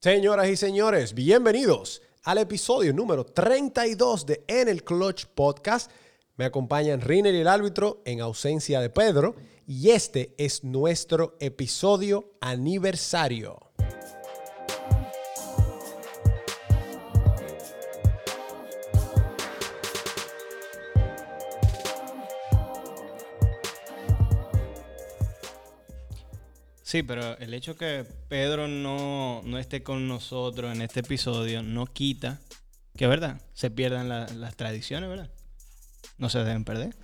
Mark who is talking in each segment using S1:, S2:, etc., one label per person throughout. S1: Señoras y señores, bienvenidos al episodio número 32 de En el Clutch Podcast. Me acompañan Riner y el árbitro en ausencia de Pedro y este es nuestro episodio aniversario.
S2: Sí, pero el hecho que Pedro no, no esté con nosotros en este episodio no quita que, ¿verdad? Se pierdan la- las tradiciones, ¿verdad? No se deben perder.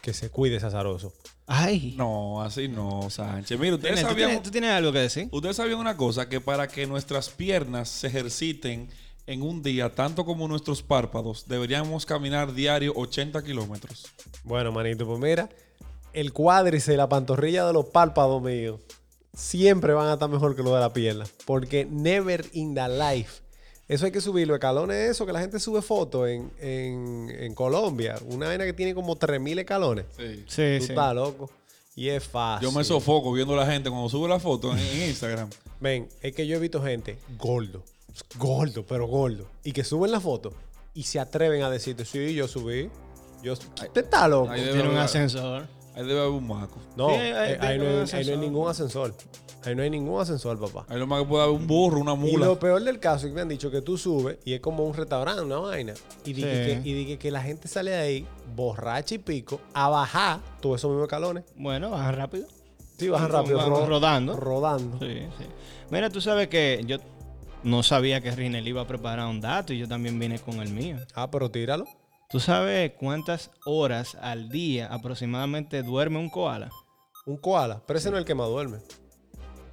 S1: Que se cuide, Sazaroso.
S2: Ay,
S3: No, así no, Sánchez. Mira, ustedes
S2: ¿Tienes- ¿tú,
S3: sabían,
S2: tienes, tú tienes algo que decir?
S3: ustedes sabían una cosa, que para que nuestras piernas se ejerciten en un día, tanto como nuestros párpados, deberíamos caminar diario 80 kilómetros.
S1: Bueno, manito, pues mira, el cuádrice y la pantorrilla de los párpados míos siempre van a estar mejor que lo de la pierna. Porque never in the life. Eso hay que subirlo. Escalones, eso que la gente sube fotos en, en- en Colombia. Una vaina que tiene como 3.000 escalones.
S3: Sí.
S2: Sí,
S1: Tú
S2: sí.
S1: estás loco. Y es fácil.
S3: Yo me sofoco viendo la gente cuando sube la foto en, en Instagram.
S1: Ven, es que yo he visto gente gordo. Gordo, pero gordo. Y que suben la foto y se atreven a decirte, sí, yo subí. Yo, ¿Te está loco?
S3: Ay,
S2: Tiene un ascensor.
S3: Ahí debe haber un maco.
S1: No,
S2: Sí, hay-
S1: eh, ahí,
S2: hay- hay
S1: no hay,
S2: un
S1: ahí no hay
S2: ascensor.
S1: ningún ascensor. Ahí no hay ningún ascensor, papá.
S3: Ahí lo más que puede haber un burro, una
S1: Y lo
S3: mula.
S1: peor del caso es que me han dicho que tú subes y es como un restaurante, una vaina. Y dije,
S2: Sí.
S1: que, y dije que la gente sale de ahí, borracha y pico, a bajar todos esos mismos escalones.
S2: Bueno, bajan rápido.
S1: Sí, bajan
S2: Van-
S1: rápido.
S2: van rodando.
S1: Rodando.
S2: Sí, sí. Mira, tú sabes que yo no sabía que Rinel iba a preparar un dato y yo también vine con el mío.
S1: Ah, pero tíralo.
S2: ¿Tú sabes cuántas horas al día aproximadamente duerme un koala?
S1: Un koala. Pero ese no es el que más duerme.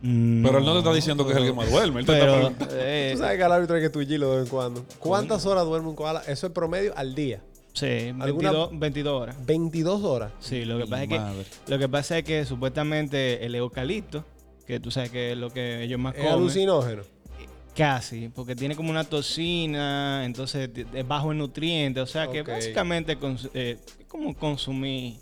S3: Pero él no te está diciendo que es el que más duerme. Él te está
S2: Pero,
S3: preguntando.
S2: eh,
S1: Tú sabes que al árbitro hay que tuyirlo de vez en cuando. ¿Cuántas horas duerme un koala? Eso es promedio al día.
S2: sí,
S1: ¿Alguna-
S2: 22, 22 horas.
S1: 22 horas.
S2: Sí, lo que,
S3: Mi
S2: pasa es que,
S3: madre.
S2: lo que pasa es que supuestamente el eucalipto, que tú sabes que es lo que ellos más
S1: Es
S2: comen,
S1: alucinógeno.
S2: casi, porque tiene como una toxina, entonces t- es bajo en nutrientes, o sea
S1: Ok.
S2: que básicamente cons- eh, es como consumir.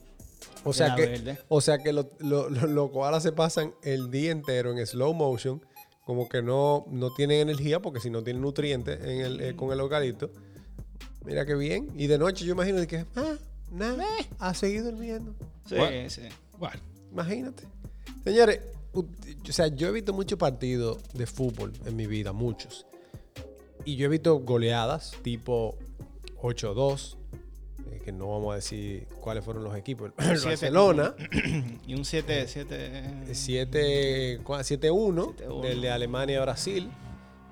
S1: O
S2: de
S1: sea,
S2: la
S1: que,
S2: verde.
S1: o sea que los lo, lo- los koalas se pasan el día entero en slow motion, como que no, no tienen energía, porque si no tienen nutrientes en el, eh, con el eucalipto. Mira qué bien. Y de noche yo imagino de que, ah, nada,
S2: Eh.
S1: ha seguido durmiendo.
S2: Sí,
S3: Bueno.
S2: sí.
S3: Bueno,
S1: Imagínate. Señores, u- o sea, yo he visto muchos partidos de fútbol en mi vida, muchos. Y yo he visto goleadas tipo 8-2, eh, que no vamos a decir cuáles fueron los equipos. El
S2: Siete.
S1: Barcelona.
S2: Y un
S1: Eh,
S2: 7, 7...
S1: 7 cua- 7-1
S2: 7-1.
S1: del de Alemania a Brasil.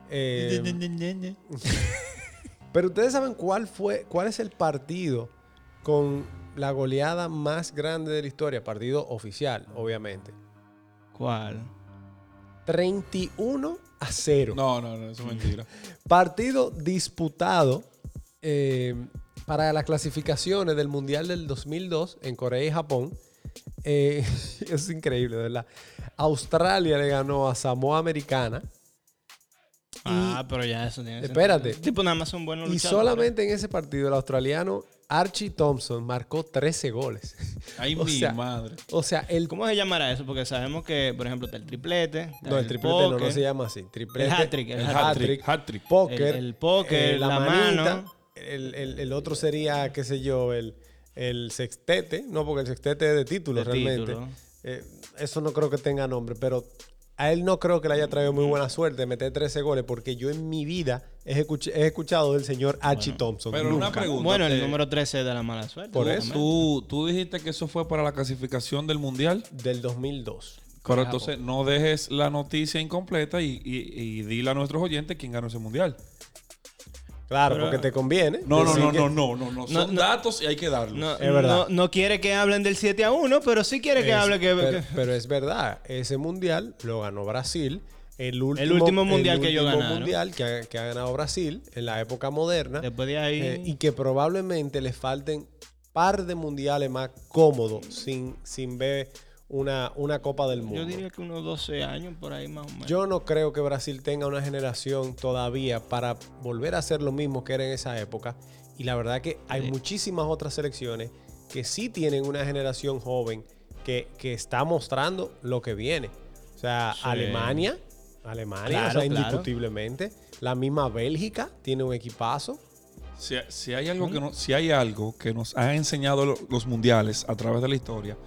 S1: Eh, pero ustedes saben cuál fue, cuál es el partido con la goleada más grande de la historia, partido oficial, obviamente.
S2: ¿Cuál?
S1: 31 a 0.
S3: no, no, no, eso es mentira.
S1: Partido disputado eh, para las clasificaciones del Mundial del 2002 en Corea y Japón. Eh, es increíble, ¿verdad? Australia le ganó a Samoa Americana.
S2: Ah, pero ya eso tiene sentido.
S1: Espérate.
S2: Tipo, nada más son buenos
S1: Y
S2: luchadores.
S1: solamente en ese partido el australiano Archie Thompson marcó 13 goles.
S3: Ay,
S1: O
S3: mi
S1: sea,
S3: madre.
S1: O sea, el...
S2: ¿Cómo se llamará eso? Porque sabemos que, por ejemplo, está el triplete. está
S1: No, el triplete no, no
S2: póker.
S1: se llama así. Triplete,
S2: El hat-trick, el
S1: el
S3: hat-trick,
S1: hat-trick,
S3: hat-trick.
S1: póker, eh,
S2: El- el póker, la mano.
S1: el, el- el otro sería, qué sé yo, el, el sextete, no, porque el sextete es de título
S2: De
S1: realmente.
S2: título.
S1: Eh, eso no creo que tenga nombre, pero a él no creo que le haya traído muy buena suerte meter 13 goles, porque yo en mi vida he, escuch- he escuchado del señor Archie Thompson.
S3: Pero una
S1: Nunca.
S3: pregunta.
S2: Bueno, el
S3: te-
S2: número 13 de la mala suerte.
S1: eh, Por
S2: obviamente.
S3: ¿Tú, tú dijiste que eso fue para la clasificación del mundial.
S1: Del 2002.
S3: Pero entonces no dejes la noticia incompleta y, y- y dile a nuestros oyentes quién ganó ese mundial.
S1: Claro,
S2: Pero-
S1: porque te conviene.
S3: No, no,
S1: decir
S3: no,
S1: que-
S3: no, no, no, no. Son
S2: no.
S3: datos y hay que darlos.
S2: No,
S1: Es verdad.
S2: No, no quiere que hablen del 7 a 1, pero sí quiere que
S1: Es-
S2: hable que...
S1: pero,
S2: que-
S1: pero es verdad, ese mundial lo ganó Brasil. El último,
S2: último mundial que ellos
S1: último
S2: ganaron.
S1: mundial que ha, que ha ganado Brasil en la época moderna.
S2: Después de ahí...
S1: eh, y que probablemente les falten par de mundiales más cómodos sin, sin ver una, una Copa del Mundo.
S2: yo diría que unos 12 años por ahí más o menos.
S1: Yo no creo que Brasil tenga una generación todavía para volver a hacer lo mismo que era en esa época. Y la verdad que hay muchísimas otras selecciones que sí tienen una generación joven que, que está mostrando lo que viene. O sea,
S2: Sí.
S1: Alemania, Alemania,
S2: Claro,
S1: o sea,
S2: claro.
S1: indiscutiblemente. La misma Bélgica tiene un equipazo.
S2: Pues
S3: Si, si hay algo que no- si hay algo que nos ha enseñado lo- los mundiales a través de la historia,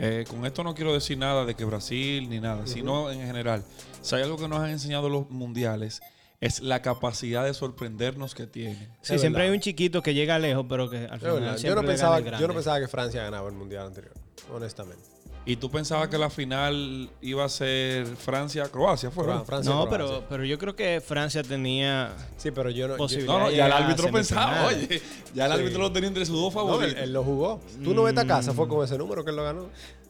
S3: eh, con esto no quiero decir nada de que Brasil ni nada, sino en general, si hay algo que nos han enseñado los mundiales es la capacidad de sorprendernos que tienen.
S2: Sí,
S1: Es
S2: siempre
S1: verdad.
S2: hay un chiquito que llega lejos, pero que al
S1: Es verdad,
S2: final
S1: Yo no,
S2: siempre le gana
S1: pensaba,
S2: el
S1: yo no
S2: grande.
S1: pensaba que Francia ganaba el mundial anterior, honestamente.
S3: Y tú pensabas que la final iba a ser Francia-Croacia, ¿fue?
S1: Fra-
S3: verdad?
S1: Francia,
S2: no,
S1: Croacia.
S2: pero, pero yo creo que Francia tenía...
S1: Sí, pero yo no. yo-
S2: Posible.
S3: No, no, ya el
S2: Llega a
S3: árbitro pensaba,
S2: semifinales.
S3: oye, ya el
S1: Sí.
S3: árbitro lo tenía entre sus dos
S1: no,
S3: favoritos.
S1: él, él lo jugó. Tú no ves a casa, fue con ese número que él lo ganó.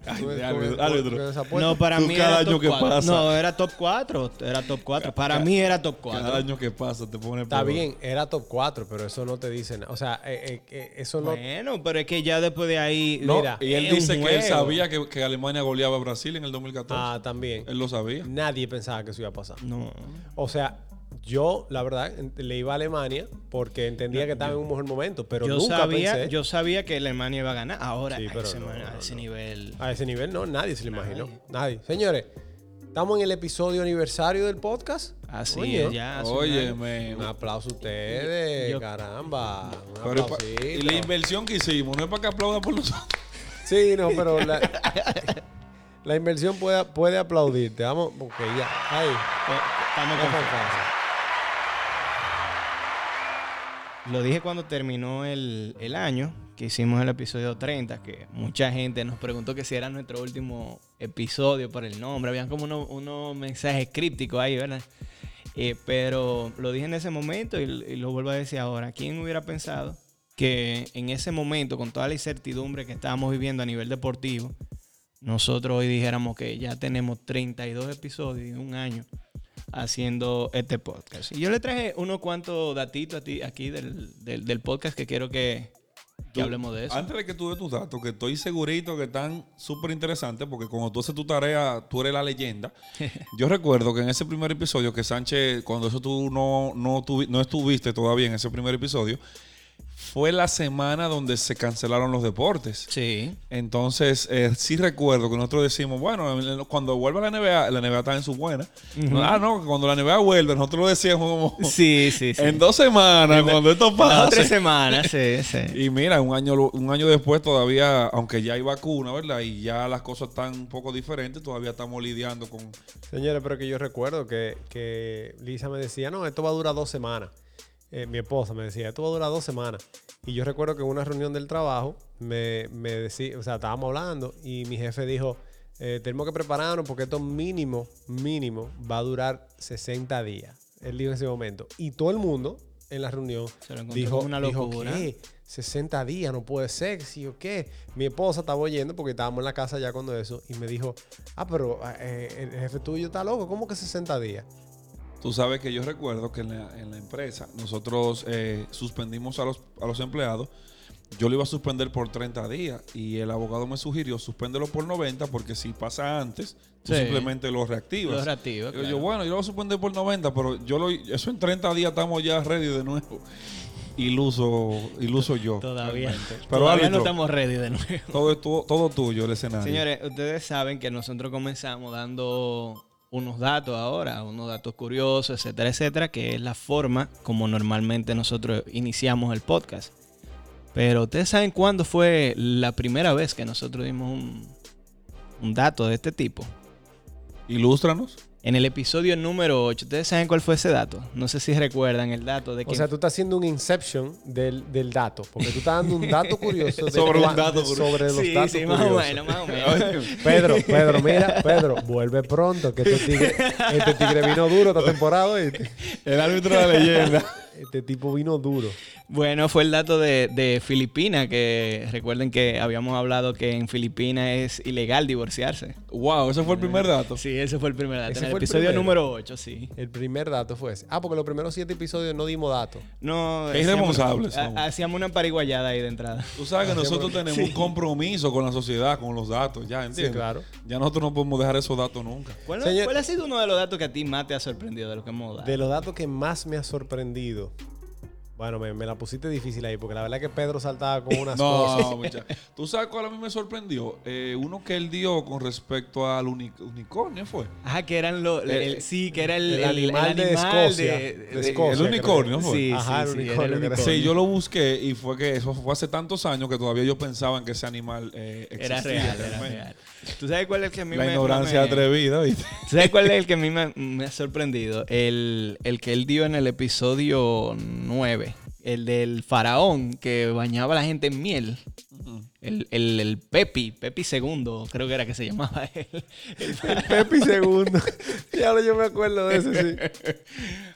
S3: Ay,
S1: Con-
S3: de
S1: con-
S3: árbitro,
S1: con-
S3: árbitro.
S1: con esa apuesta.
S2: No, para
S3: tú
S2: mí
S3: cada
S2: era
S3: año
S2: top
S3: que
S2: 4.
S3: pasa.
S2: No, era top 4. Era top 4. Para mí era top 4.
S3: Cada año que pasa te pone
S1: Está
S3: peor.
S1: bien, era top 4, pero eso no te dice nada. O sea, eh, eh, eh, eso no.
S2: Bueno, pero es que ya después de ahí...
S1: No,
S2: mira,
S3: Y él
S2: es un
S3: dice que él
S2: juego.
S3: sabía que, que Alemania goleaba a Brasil en el 2014.
S1: Ah, también.
S3: Él lo sabía.
S1: Nadie pensaba que eso iba a pasar.
S2: No.
S1: O sea, yo, la verdad, en- le iba a Alemania porque entendía que estaba en un mejor momento, pero
S2: yo,
S1: nunca
S2: sabía,
S1: pensé.
S2: yo sabía que Alemania iba a ganar. Ahora,
S1: Sí,
S2: a
S1: pero
S2: ese,
S1: no,
S2: man- a
S1: no,
S2: ese
S1: no.
S2: nivel...
S1: A ese nivel no, nadie se lo imaginó. Nadie. Señores, estamos en el episodio aniversario del podcast.
S2: Así
S1: Oye,
S2: es, ya. hace un año.
S3: Óyeme.
S1: Un aplauso a ustedes,
S2: Yo-
S1: caramba. Un
S3: pero pa- y la
S1: aplausito.
S3: inversión que hicimos, no es para que aplaudan por nosotros.
S1: Sí, no, pero la, la inversión puede, puede aplaudirte. Vamos, porque ya. Ahí.
S2: Eh, Estamos
S1: ya
S2: con-
S1: fue.
S2: Lo dije cuando terminó el, el año, que hicimos el episodio 30, que mucha gente nos preguntó que si era nuestro último episodio por el nombre. Habían como uno- unos mensajes crípticos ahí, ¿verdad? Eh, pero lo dije en ese momento y, y lo vuelvo a decir ahora. ¿Quién hubiera pensado que en ese momento, con toda la incertidumbre que estábamos viviendo a nivel deportivo, nosotros hoy dijéramos que ya tenemos 32 episodios en un año haciendo este podcast. Y yo le traje unos cuantos datitos a ti- aquí del, del- del podcast que quiero que, que
S3: Tú- Ah.
S2: hablemos de eso.
S3: Antes de que tú des tus datos, que estoy segurito que están súper interesantes, porque cuando tú haces tu tarea, tú eres la leyenda. Yo recuerdo que en ese primer episodio, que Sánchez, cuando eso tú no, no, tuvi- no estuviste todavía en ese primer episodio, fue la semana donde se cancelaron los deportes.
S2: Sí.
S3: Entonces, eh, sí recuerdo que nosotros decimos, bueno, en- cuando vuelva la NBA, la NBA está en su buena. Ah, no, cuando la NBA vuelve, nosotros lo decíamos como
S2: Sí, sí, sí.
S3: en dos semanas, cuando esto
S2: Las otras
S3: pase.
S2: semanas, sí, sí.
S3: Y mira, un año, lo- un año después todavía, aunque ya hay vacuna, ¿verdad? Y ya las cosas están un poco diferentes, todavía estamos lidiando con...
S1: Señores, pero que yo recuerdo que, que Lisa me decía, no, esto va a durar dos semanas. Eh, mi esposa me decía, esto va a durar dos semanas. Y yo recuerdo que en una reunión del trabajo me, me decía, o sea, estábamos hablando y mi jefe dijo, eh, tenemos que prepararnos porque esto mínimo, mínimo, va a durar 60 días. Él dijo en ese momento. Y todo el mundo en la reunión
S2: Se lo encontró
S1: dijo,
S2: como una
S1: dijo,
S2: locura.
S1: "¿Qué? 60 días, no puede ser, sí o qué. Mi esposa estaba oyendo porque estábamos en la casa ya cuando eso y me dijo, ah, pero eh, el jefe tuyo está loco, ¿cómo que 60 días?
S3: Tú sabes que yo recuerdo que en la, en la empresa nosotros eh, suspendimos a los, a los empleados. Yo lo iba a suspender por 30 días y el abogado me sugirió suspéndelo por 90 porque si pasa antes, tú
S2: Sí.
S3: simplemente lo reactivas.
S2: Lo reactivas,
S3: Yo- Yo,
S2: claro.
S3: bueno, yo lo voy a suspender por 90, pero yo lo, eso en 30 días estamos ya ready de nuevo. Iluso, iluso yo.
S2: Todavía.
S3: Pero,
S2: todavía
S3: árbitro,
S2: no estamos ready de nuevo.
S3: Todo, es tu- todo tuyo el escenario.
S2: Señores, ustedes saben que nosotros comenzamos dando unos datos ahora, unos datos curiosos, etcétera, etcétera, que es la forma como normalmente nosotros iniciamos el podcast. Pero ustedes saben cuándo fue la primera vez que nosotros dimos un, un dato de este tipo.
S3: Ilústranos.
S2: En el episodio número 8, ¿ustedes saben cuál fue ese dato? No sé si recuerdan el dato de que...
S1: O sea, tú estás haciendo un inception del, del dato, porque tú estás dando un dato curioso de
S3: Sobre un
S1: cuan-
S3: dato
S1: de-
S3: curioso.
S1: sobre los
S2: sí,
S1: datos
S2: sí, más
S1: curiosos.
S2: o menos, más o menos.
S1: Pedro, Pedro, mira, Pedro, vuelve pronto, que este tigre, este tigre vino duro esta temporada. y-
S3: el árbitro de leyenda.
S1: este tipo vino duro.
S2: Bueno, fue el dato de, de Filipinas, que recuerden que habíamos hablado que en Filipinas es ilegal divorciarse.
S3: wow, ese fue el primer dato.
S2: Sí, ese fue el primer dato.
S1: Ese
S2: en el
S1: fue el
S2: episodio
S1: primero.
S2: número 8, sí.
S1: El primer dato fue ese. Ah, porque los primeros siete episodios no dimos datos.
S2: No,
S3: Es
S2: hacíamos-
S3: irremonsable,
S2: ha-
S3: somos.
S2: Hacíamos una pariguayada ahí de entrada.
S3: Tú sabes que nosotros tenemos un compromiso con la sociedad, con los datos, ya,
S1: Sí,
S3: ¿entiendes?
S1: claro.
S3: Ya nosotros no podemos dejar esos datos nunca.
S2: ¿Cuál,
S1: Señor-
S2: cuál ha sido uno de los datos que a ti más te ha sorprendido de lo que hemos dado?
S1: De los datos que más me ha sorprendido. Bueno, me, me la pusiste difícil ahí, porque la verdad es que Pedro saltaba con unas cosas.
S3: No, muchacho. Tú sabes cuál a mí me sorprendió. Eh, uno que él dio con respecto al uni- unicornio fue.
S2: Ajá, que eran los.
S1: El-
S2: sí, que era el,
S1: el animal de Escocia, de Escocia.
S3: El unicornio
S1: creo.
S3: fue.
S2: Sí,
S1: Ajá,
S2: sí,
S1: el
S2: sí, era
S1: unicornio,
S2: el
S1: creo.
S2: unicornio.
S3: Sí, yo lo busqué y fue que eso fue hace tantos años que todavía yo pensaba en que ese animal eh,
S2: Era
S3: existía.
S2: real, era
S3: realmente.
S2: real. ¿Tú sabes cuál es el que a mí
S3: La
S2: me-
S3: ignorancia
S2: me-
S3: atrevida, ¿viste?
S2: ¿Sabes cuál es el que a mí me, me ha sorprendido? El, el que él dio en el episodio 9. El del faraón que bañaba a la gente en miel. El, el, el Pepi, Pepi II, creo que era que se llamaba él. El faraón.
S1: Pepi segundo. ya ahora yo me acuerdo de ese, sí.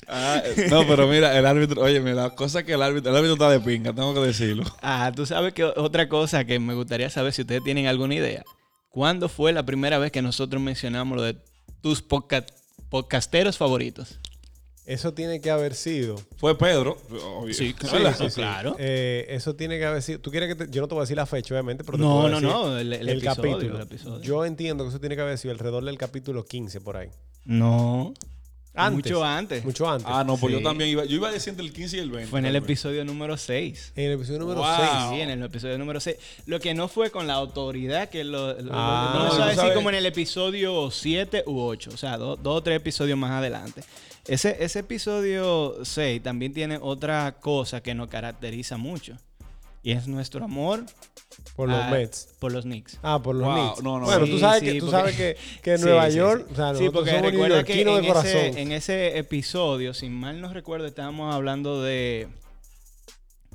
S3: Ah, eh, no, pero mira, el árbitro, oye, mira, la cosa que el árbitro, el árbitro está de pinga, tengo que decirlo.
S2: Ah, tú sabes que otra cosa que me gustaría saber si ustedes tienen alguna idea. ¿Cuándo fue la primera vez que nosotros mencionamos lo de tus podca- podcasteros favoritos?
S1: Eso tiene que haber sido.
S3: Fue Pedro, obvio.
S2: Sí,
S1: Sí,
S2: claro.
S1: sí, sí. Eh, eso tiene que haber sido. ¿Tú quieres que te- yo no te voy a decir la fecha, obviamente, pero te
S2: No,
S1: puedo
S2: no,
S1: decir
S2: no, el- el episodio,
S1: capítulo.
S2: el episodio.
S1: Yo entiendo que eso tiene que haber sido alrededor del capítulo 15 por ahí.
S2: No.
S1: Antes.
S2: Mucho antes.
S1: Mucho antes.
S3: Ah, no, pues
S2: Sí.
S3: yo también iba, yo iba a decir entre el 15 y el 20.
S2: Fue en el
S3: tal vez.
S2: episodio número 6.
S1: En el episodio número
S3: Wow.
S1: 6.
S3: Ah.
S2: Sí, en el episodio número 6. Lo que no fue con la autoridad que lo... lo-
S1: Ah.
S2: no,
S1: No,
S2: eso
S1: tú
S2: es así
S3: sabes-
S2: como en el episodio 7 u 8. O sea, do- dos o tres episodios más adelante. Ese, ese episodio 6 también tiene otra cosa que nos caracteriza mucho. Y es nuestro amor
S1: Por los
S2: a-
S1: Mets.
S2: por los Knicks.
S1: Ah, por los
S3: Wow,
S1: Knicks.
S3: no, no,
S1: bueno,
S2: sí,
S1: tú sabes
S2: sí,
S1: que, tú
S2: porque-
S1: sabes que, que en
S2: Sí,
S1: Nueva
S2: sí,
S1: York,
S2: sí.
S1: o sea,
S2: Sí,
S1: nosotros
S2: porque
S1: somos
S2: recuerda que
S1: neoyorquinos
S2: en
S1: de corazón.
S2: ese, en ese episodio, si mal no recuerdo, estábamos hablando de.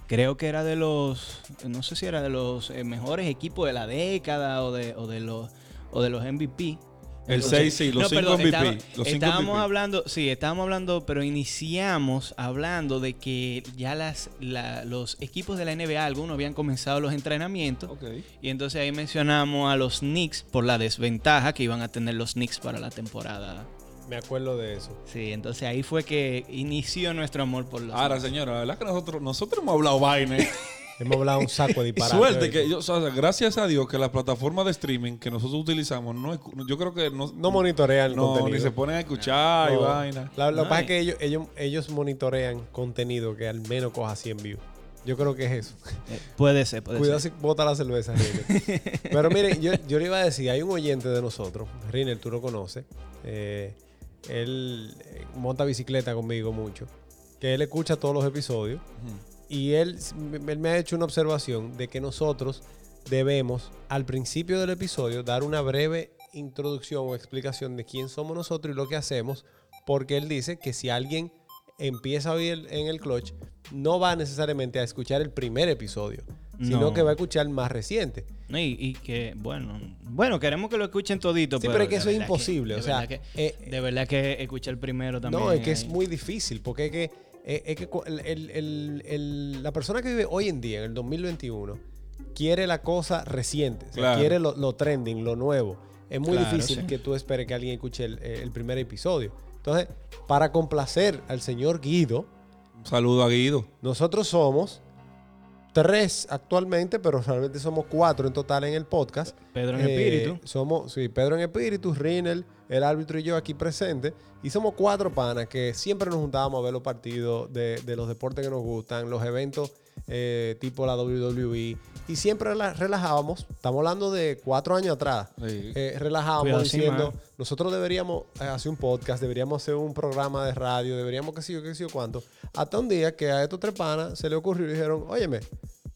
S2: Creo que era de los. No sé si era de los eh, mejores equipos de la década o de, o de los o de los MVP.
S3: El
S2: Entonces-
S3: 6, sí, los
S2: No,
S3: 5
S2: perdón,
S3: MVP.
S2: estaba-
S3: los cinco
S2: estábamos
S3: MVP.
S2: hablando, sí, estábamos hablando, pero iniciamos hablando de que ya las, la- los equipos de la NBA, algunos habían comenzado los entrenamientos.
S3: Ok.
S2: Y entonces ahí mencionamos a los Knicks por la desventaja que iban a tener los Knicks para la temporada.
S1: Me acuerdo de eso.
S2: Sí, entonces ahí fue que inició nuestro amor por los
S3: Ahora,
S2: Knicks.
S3: señora, la verdad que nosotros, nosotros hemos hablado vaina. ¿eh?
S1: Hemos hablado un saco de disparates.
S2: eh.
S3: Suerte
S1: ¿oíste?
S3: que yo, o sea, gracias a Dios que la plataforma de streaming que nosotros utilizamos, no es- yo creo que no,
S1: No monitorean el
S3: no,
S1: contenido.
S3: ni se ponen a escuchar y
S1: No.
S3: vaina.
S1: La- lo que
S2: No,
S1: pasa
S2: y-
S1: es que ellos, ellos, ellos monitorean contenido que al menos coja 100 views. Yo creo que es eso.
S2: Eh, puede ser, puede
S1: Cuidado
S2: ser.
S1: si bota la cerveza, Reiner. Pero miren, yo, yo le iba a decir, hay un oyente de nosotros, Riner, tú lo conoces. eh, él eh, monta bicicleta conmigo mucho. Que él escucha todos los episodios. Y él, él me ha hecho una observación de que nosotros debemos, al principio del episodio, dar una breve introducción o explicación de quién somos nosotros y lo que hacemos, porque él dice que si alguien empieza a oír el- en el clutch, no va necesariamente a escuchar el primer episodio, sino
S2: No.
S1: que va a escuchar el más reciente.
S2: No, y, y que, bueno, bueno, queremos que lo escuchen todito.
S1: Sí, pero es que
S2: de
S1: eso es
S2: verdad
S1: imposible,
S2: de
S1: o sea,
S2: verdad que-
S1: eh,
S2: de verdad que escuché el primero también.
S1: No, es que es
S2: ahí.
S1: muy difícil, porque es que, es- es que cu- el- el- el- el- la persona que vive hoy en día, en el 2021, quiere la cosa reciente, o sea,
S3: Claro.
S1: quiere lo, lo trending, lo nuevo. Es muy
S2: Claro,
S1: difícil
S2: sí.
S1: que tú esperes que alguien escuche el, el primer episodio. Entonces, para complacer al señor Guido,
S3: Un saludo a Guido.
S1: nosotros somos tres actualmente, pero realmente somos cuatro en total en el podcast.
S2: Pedro en
S1: Eh,
S2: espíritu.
S1: Somos, sí, Pedro en espíritu, Rinel, el árbitro y yo aquí presente. Y somos cuatro panas que siempre nos juntábamos a ver los partidos de, de los deportes que nos gustan, los eventos eh, tipo la WWE. Y siempre la- relajábamos, estamos hablando de cuatro años atrás.
S3: Sí.
S1: Eh, relajábamos
S2: Cuidado, sí,
S1: diciendo,
S2: man.
S1: nosotros deberíamos eh, hacer un podcast, deberíamos hacer un programa de radio, deberíamos que sé yo, qué sé yo cuánto. Hasta un día que a estos tres panas se le ocurrió y dijeron, óyeme,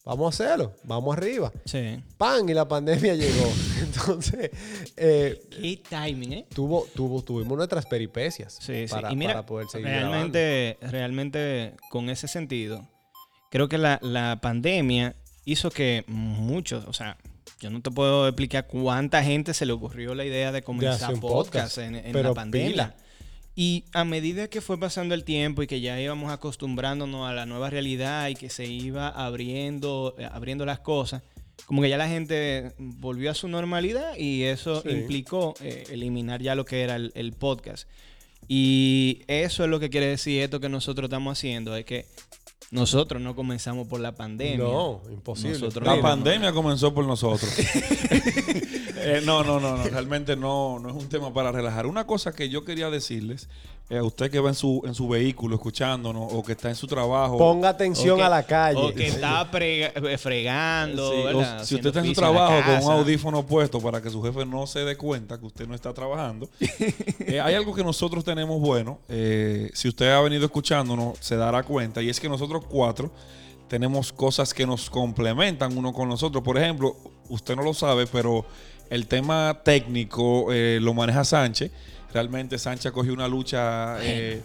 S1: vamos a hacerlo, vamos arriba
S2: Sí.
S1: pan y la pandemia llegó. Entonces, eh,
S2: Qué timing, ¿eh?
S1: tuvo, tuvo, tuvimos nuestras peripecias
S2: Sí, sí.
S1: para,
S2: y mira,
S1: para poder seguir grabando.
S2: realmente, realmente con ese sentido, creo que la, la pandemia hizo que muchos, o sea, yo no te puedo explicar cuánta gente se le ocurrió la idea de comenzar
S1: hacer un
S2: podcast,
S1: podcast,
S2: en, en
S1: pero
S2: la pandemia.
S1: pila.
S2: Y a medida que fue pasando el tiempo y que ya íbamos acostumbrándonos a la nueva realidad y que se iba abriendo, eh, abriendo las cosas, como que ya la gente volvió a su normalidad y eso
S1: Sí.
S2: implicó eh, eliminar ya lo que era el, el podcast. Y eso es lo que quiere decir esto que nosotros estamos haciendo, es que nosotros no comenzamos por la pandemia.
S1: No, imposible.
S2: Nosotros
S3: La
S2: no-
S3: pandemia comenzó por nosotros. Eh, no, no, no, no, realmente no, no es un tema para relajar. Una cosa que yo quería decirles eh, a usted que va en su, en su vehículo escuchándonos o que está en su trabajo.
S1: Ponga atención
S2: O que-
S1: a la calle.
S2: O que está prega- fregando.
S3: Sí, o
S2: ¿verdad?
S3: si
S2: Haciendo
S3: usted está en su
S2: oficio la
S3: trabajo con un
S2: casa.
S3: audífono puesto para que su jefe no se dé cuenta que usted no está trabajando, eh, hay algo que nosotros tenemos bueno. eh, si usted ha venido escuchándonos, se dará cuenta. Y es que nosotros cuatro tenemos cosas que nos complementan uno con nosotros. Por ejemplo, usted no lo sabe, pero el tema técnico eh, lo maneja Sánchez. Realmente Sánchez cogió una lucha eh,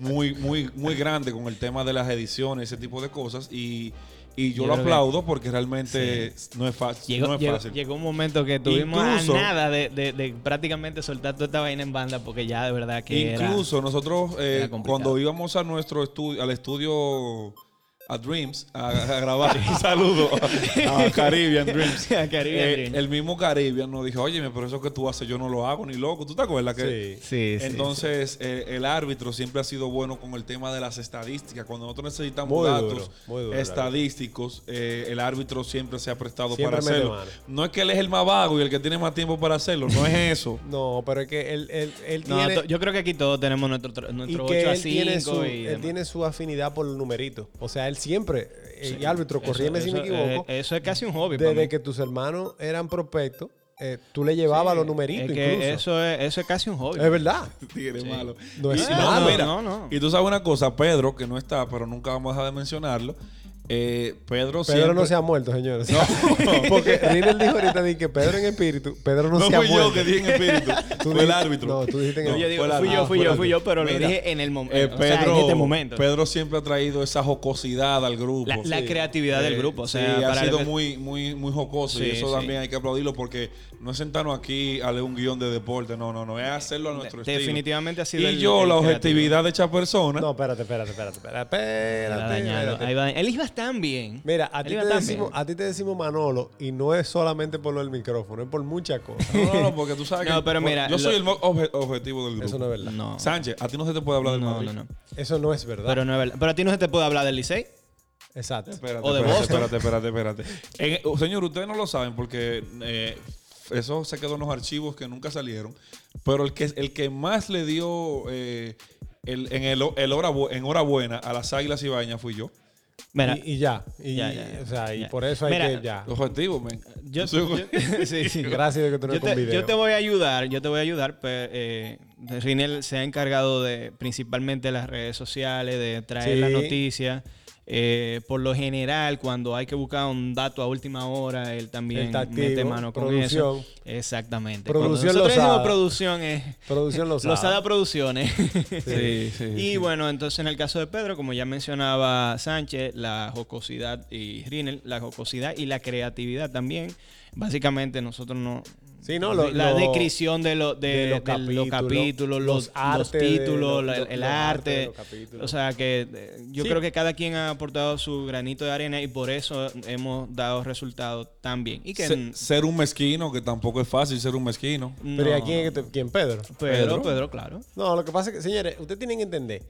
S3: muy, muy, muy grande con el tema de las ediciones, ese tipo de cosas. Y, y yo,
S2: Yo
S3: lo
S2: creo que-
S3: aplaudo porque realmente no es fácil.
S2: Llegó,
S3: no es
S2: llegó-
S3: fácil.
S2: llegó un momento que tuvimos
S3: Incluso-
S2: a nada de, de- de prácticamente soltar toda esta vaina en banda porque ya de verdad que era-
S3: Incluso nosotros eh,
S2: era complicado.
S3: cuando íbamos a nuestro estudio, al estudio a Dreams a, a grabar, un saludo a, a Caribbean Dreams.
S2: A Caribbean
S3: Eh,
S2: Dreams.
S3: El mismo Caribbean nos dijo, oye, pero eso que tú haces yo no lo hago ni loco. ¿Tú te acuerdas que?
S1: Sí.
S2: Sí, sí,
S3: Entonces, eh, el árbitro siempre ha sido bueno con el tema de las estadísticas. Cuando nosotros necesitamos
S1: Muy duro,
S3: datos
S1: muy duro el
S3: estadísticos, eh, el árbitro siempre se ha prestado
S1: Siempre
S3: para
S1: mete
S3: hacerlo.
S1: mano.
S3: No es que él es el más vago y el que tiene más tiempo para hacerlo, no es eso.
S1: No, pero es que él, él, él
S2: sí. No,
S1: tiene.
S2: to- yo creo que aquí todos tenemos nuestro, tro-
S1: y
S2: nuestro
S1: que
S2: 8 a
S1: él, tiene
S2: 5
S1: su,
S2: y
S1: él
S2: demás.
S1: tiene su afinidad por el numerito. O sea, él siempre, el
S2: Sí.
S1: árbitro,
S2: Eso-
S1: corríeme si me
S2: eso-
S1: equivoco,
S2: eh, eso es casi un hobby para mí.
S1: desde que tus hermanos eran prospectos, eh, tú le llevabas los numeritos
S2: Es que
S1: incluso.
S2: eso es, eso es casi un hobby.
S1: Es verdad.
S3: Tigre
S2: Sí.
S3: malo.
S1: No es
S3: Y-
S1: malo.
S3: no, mira,
S2: No, no.
S3: Y tú sabes una cosa, Pedro, que no está, pero nunca vamos a dejar de mencionarlo. eh, Pedro,
S1: Pedro no se ha muerto, señores. Porque Rinel dijo ahorita di que Pedro en espíritu, Pedro no,
S3: No
S1: se ha
S3: fui
S1: muerto.
S3: yo que dije en espíritu.
S1: Tú
S3: fue el
S1: dijiste-
S3: árbitro.
S1: no, tú dijiste en
S2: No,
S1: el-
S2: yo digo,
S3: Fue el
S2: fui yo,
S3: árbitro.
S2: fui yo,
S3: Ah,
S2: fui yo, pero lo
S3: Mira,
S2: dije en el momento.
S3: eh,
S2: o sea,
S3: Pedro,
S2: en este momento.
S3: Pedro siempre ha traído esa jocosidad al grupo.
S2: la, la
S3: Sí.
S2: creatividad del
S3: Eh,
S2: grupo. O
S3: sí,
S2: sea,
S3: ha
S2: para
S3: sido
S2: el-
S3: muy, muy, muy jocoso y
S2: Sí,
S3: eso
S2: sí.
S3: también hay que aplaudirlo porque no es sentarnos aquí a leer un guión de deporte, no, no, no, es hacerlo a nuestro estilo.
S2: Definitivamente ha sido
S3: Y
S2: el-
S3: yo,
S2: el
S3: la
S2: creativo.
S3: objetividad de esa persona,
S1: No, espérate, espérate, espérate, espérate,
S2: Ahí va
S1: espérate,
S2: dañado,
S1: espérate.
S2: ahí va dañado. Él iba tan bien.
S1: Mira, a
S2: Él
S1: ti,
S2: iba
S1: te
S2: tan
S1: decimos,
S2: bien.
S1: a ti te decimos Manolo y no es solamente por lo del micrófono, es por muchas cosas.
S3: No, no, no, porque tú sabes que.
S2: No, pero
S3: bueno,
S2: mira,
S3: yo soy
S2: lo-
S3: el mo- obje- objetivo del grupo.
S1: Eso no es verdad.
S2: No,
S3: Sánchez, a ti no se te puede hablar del
S2: no,
S3: Madrid.
S2: no, no.
S1: Eso no es verdad.
S2: Pero no es verdad. Pero a ti no se te puede hablar del Licey.
S1: Exacto.
S3: Espérate,
S2: O de
S3: espérate,
S2: Boston.
S3: espérate, espérate, espérate. En- eh, señor, ustedes no lo saben porque eh, eso se quedó en los archivos que nunca salieron. Pero el que, el que más le dio eh, el- en, el, el hora, bu- en hora buena a las águilas y bañas fui yo.
S2: Mira,
S1: y, y ya. Y,
S2: Ya, ya, ya.
S1: o sea, y
S2: Ya.
S1: por eso hay
S2: Mira,
S1: que ya.
S3: Objetivo, men.
S2: yo,
S3: soy-
S2: yo- sí, sí.
S1: Gracias de que tú no
S2: Yo
S1: con
S2: te,
S1: video.
S2: yo te voy a ayudar, yo te voy a ayudar. Pero, eh, Rinel se ha encargado de principalmente las redes sociales, de traer
S1: Sí.
S2: las noticias. Eh, por lo general, cuando hay que buscar un dato a última hora, él también
S1: Él está
S2: mete
S1: activo.
S2: mano con
S1: Producción.
S2: eso. Exactamente.
S1: Producción
S2: Cuando nosotros decimos
S1: Lozada.
S2: producción es
S1: Producción lo sabe.
S2: Lozada Producciones.
S3: Sí, sí.
S2: Y bueno, entonces en el caso de Pedro, como ya mencionaba Sánchez, la jocosidad y Rinel, la jocosidad y la creatividad también. Básicamente nosotros no...
S1: Sí, no, lo-
S2: la
S1: lo-
S2: descripción de, lo- de,
S1: de
S2: de
S1: los
S2: los,
S1: capítulos,
S2: capítulos,
S1: los
S2: los, los
S1: artes de-
S2: títulos,
S1: los-
S2: la-
S1: los-
S2: el
S1: los artes de
S2: arte.
S1: los capítulos.
S2: o sea que eh, yo
S1: Sí.
S2: creo que cada quien ha aportado su granito de arena y por eso hemos dado resultados tan bien. Y que...
S3: Se-
S2: n-
S3: ser un mezquino, que tampoco es fácil ser un mezquino.
S1: Pero ¿y a
S2: no. Pues-
S1: quién, es que te- quién? Pedro.
S2: Pedro,
S3: Pedro?
S2: Pedro, claro.
S1: No, lo que pasa es que, señores, ustedes tienen que entender.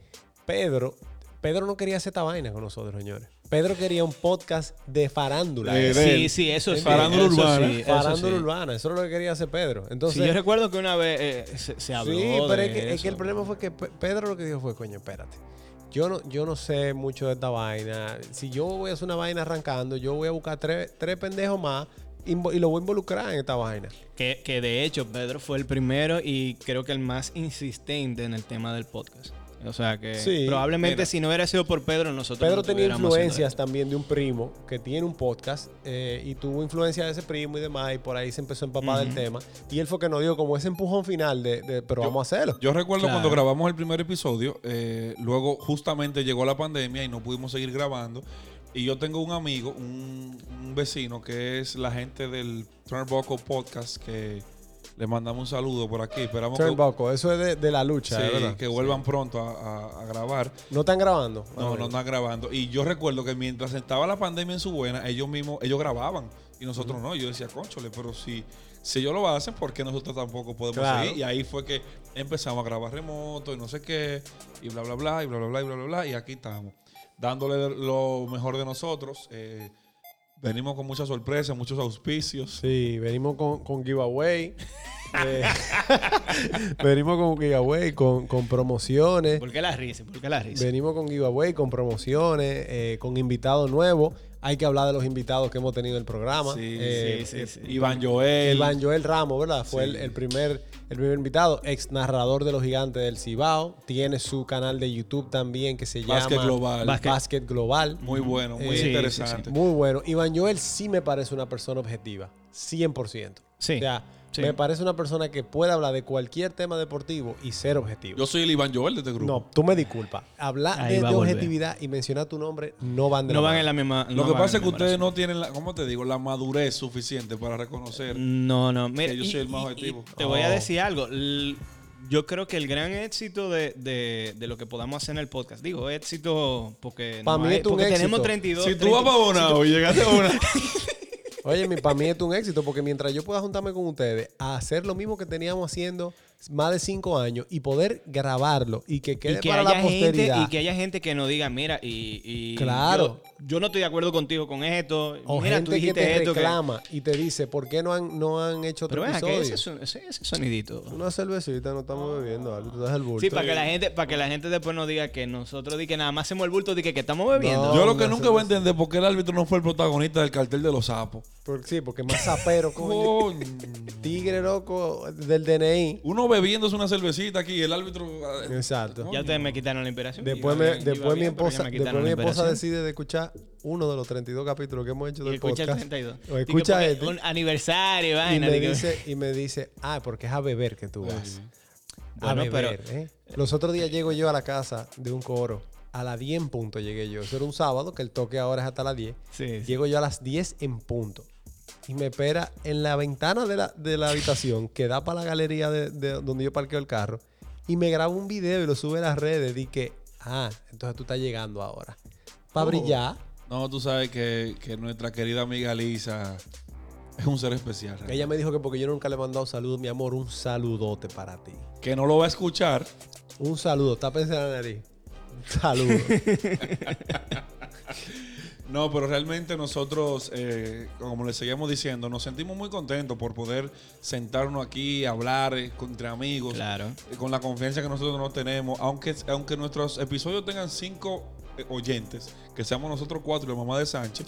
S1: Pedro, Pedro no quería hacer esta vaina con nosotros, señores. Pedro quería un podcast de farándula.
S3: Eh,
S1: Eso.
S3: de
S2: Sí,
S3: él.
S2: sí, eso sí.
S3: Farándula
S2: eso
S3: urbana.
S2: sí, eso
S1: farándula
S2: sí.
S1: urbana. Eso era lo que quería hacer Pedro. Entonces,
S2: Sí, yo recuerdo que una vez eh, se, se habló.
S1: Sí, pero
S2: de
S1: es que, es
S2: eso.
S1: que el problema fue que Pe- Pedro lo que dijo fue, coño, espérate. Yo no, yo no sé mucho de esta vaina. Si yo voy a hacer una vaina arrancando, yo voy a buscar tres, tres pendejos más invo- y lo voy a involucrar en esta vaina.
S2: Que, que de hecho Pedro fue el primero y creo que el más insistente en el tema del podcast. O sea que
S1: Sí,
S2: probablemente
S3: mira.
S2: si no hubiera sido por Pedro, nosotros.
S1: Pedro
S2: no
S1: tenía
S2: estuviéramos haciendo
S1: influencias
S2: esto.
S1: también de un primo que tiene un podcast eh, y tuvo influencia de ese primo y demás y por ahí se empezó a empapar del tema. Y él fue que nos dio como ese empujón final de, de, pero vamos a hacerlo.
S3: Yo recuerdo
S2: Claro.
S3: cuando grabamos el primer episodio, eh, luego justamente llegó la pandemia y no pudimos seguir grabando. Y yo tengo un amigo, un, un vecino, que es la gente del Turnbuckle Podcast, que le mandamos un saludo por aquí. Esperamos que,
S1: Turnbuckle, eso es de, de la lucha,
S3: sí,
S1: de ¿verdad?
S3: que vuelvan pronto a, a- a grabar.
S1: No están grabando. Ah,
S3: No, no, no grabando. Y yo recuerdo que mientras estaba la pandemia en su buena, ellos mismos, ellos grababan. Y nosotros no. Yo decía, conchole, pero si, si ellos lo hacen, ¿por qué nosotros tampoco podemos
S1: Claro.
S3: seguir? Y ahí fue que empezamos a grabar remoto y no sé qué. Y bla, bla, bla, y bla, bla, bla, y bla, bla, bla. Y aquí estamos. Dándole lo mejor de nosotros. Eh, venimos con muchas sorpresas, muchos auspicios.
S1: Sí, venimos con, con giveaway. Eh, venimos con giveaway, con, con promociones.
S2: ¿Por qué la risa? ¿Por qué la risa?
S1: Venimos con giveaway, con promociones, eh, con invitados nuevos. Hay que hablar de los invitados que hemos tenido en el programa.
S3: Sí,
S1: Eh,
S2: sí, sí, sí.
S3: Iván Joel.
S1: Iván Joel Ramos, ¿verdad? Fue el, el primer, el primer invitado, ex narrador de los gigantes del Cibao. Tiene su canal de YouTube también que se
S3: Básquet
S1: llama
S3: Global.
S1: Básquet, Global.
S3: Muy bueno, muy
S2: Sí, sí,
S3: interesante.
S1: Muy bueno. Iván Joel sí me parece una persona objetiva, 100%.
S2: Sí,
S1: O sea,
S2: sí.
S1: me parece una persona que puede hablar de cualquier tema deportivo y ser objetivo.
S3: Yo soy el Iván Joel de este grupo.
S1: no, tú me disculpas. Hablar
S2: Ahí
S1: de,
S2: va
S1: de
S2: a volver.
S1: objetividad y mencionar tu nombre no van de
S2: No
S1: la
S2: van
S1: mano.
S2: en la misma.
S3: Lo que pasa es que ustedes no tienen, la, ¿cómo te digo? La madurez suficiente para reconocer.
S2: No, no. Mira,
S3: yo
S2: y-
S3: soy el más
S2: y-
S3: objetivo.
S2: y Te voy a
S1: Oh.
S2: decir algo. L- Yo creo que el gran éxito de, de- de lo que podamos hacer en el podcast, digo éxito porque,
S1: Pa' mí
S2: hay-
S1: es un
S2: porque tenemos
S1: éxito.
S2: 32.
S3: Si tú vas para
S2: 30
S3: Bonao y llegaste a una.
S1: Oye, mi, para mí esto es un éxito porque mientras yo pueda juntarme con ustedes a hacer lo mismo que teníamos haciendo más de cinco años y poder grabarlo y que quede
S2: y que
S1: para
S2: haya
S1: la
S2: gente
S1: posteridad.
S2: y que haya gente que nos diga, mira, y, y
S1: Claro.
S2: yo, yo no estoy de acuerdo contigo con esto.
S1: o
S2: mira,
S1: gente
S2: tú
S1: que
S2: dijiste
S1: te
S2: esto que-
S1: reclama y te dice, ¿por qué no han, no han hecho
S2: Pero
S1: otro
S2: ven acá,
S1: episodio?
S2: ese, son- ese- ese sonidito.
S1: Una cervecita, no estamos bebiendo algo, tú das el bulto.
S2: Sí, para que la gente, para que la gente después nos diga que nosotros di que nada más hacemos el bulto, di que, que estamos bebiendo.
S1: No,
S3: Yo lo
S1: no
S3: que
S1: sé,
S3: nunca
S1: no
S3: voy a entender por qué el árbitro no fue el protagonista del cartel de los sapos.
S1: Por- sí, porque más zapero, coño.
S3: Coño.
S1: Tigre loco del DNI.
S3: Uno bebiéndose una cervecita aquí y el árbitro. ah,
S1: Exacto.
S2: Ya ustedes me quitaron la inspiración.
S1: Después,
S2: Iba
S1: me-
S2: bien, iba
S1: después, mi
S2: bien, pero ya
S1: esposa,
S2: me
S1: después
S2: quitaron
S1: mi
S2: la
S1: esposa
S2: inspiración.
S1: decide escuchar uno de los 32 capítulos que hemos hecho
S2: Y
S1: del
S2: escucha el
S1: podcast.
S2: 32.
S1: O
S2: Di que
S1: escucha
S2: porque
S1: este.
S2: Un aniversario,
S1: y
S2: vaina.
S1: me,
S2: di que-
S1: dice, y me dice, ah, porque es a beber que tú vas. A
S2: Bueno, pero-
S1: beber, ¿eh? Los otros días llego yo a la casa de un coro. A las 10 en punto llegué yo. Eso era un sábado, que el toque ahora es hasta las 10.
S2: Sí, sí.
S1: Llego yo a las 10 en punto. Y me espera en la ventana de la, de la habitación que da para la galería de, de donde yo parqueo el carro. Y me graba un video y lo sube a las redes. Di que, ah, entonces tú estás llegando ahora.
S3: Oh.
S1: Para brillar.
S3: No, tú sabes que, que nuestra querida amiga Lisa es un ser especial. ¿eh?
S1: Ella me dijo que porque yo nunca le he mandado saludos, mi amor, un saludote para ti.
S3: Que no lo va a escuchar.
S1: Un saludo, tápense la nariz. Un saludo.
S3: No, pero realmente nosotros, eh, como les seguimos diciendo, nos sentimos muy contentos por poder sentarnos aquí, hablar eh, con- entre amigos,
S2: Claro.
S3: eh, con la confianza que nosotros no tenemos. Aunque, aunque nuestros episodios tengan cinco eh, oyentes, que seamos nosotros cuatro y la mamá de Sánchez,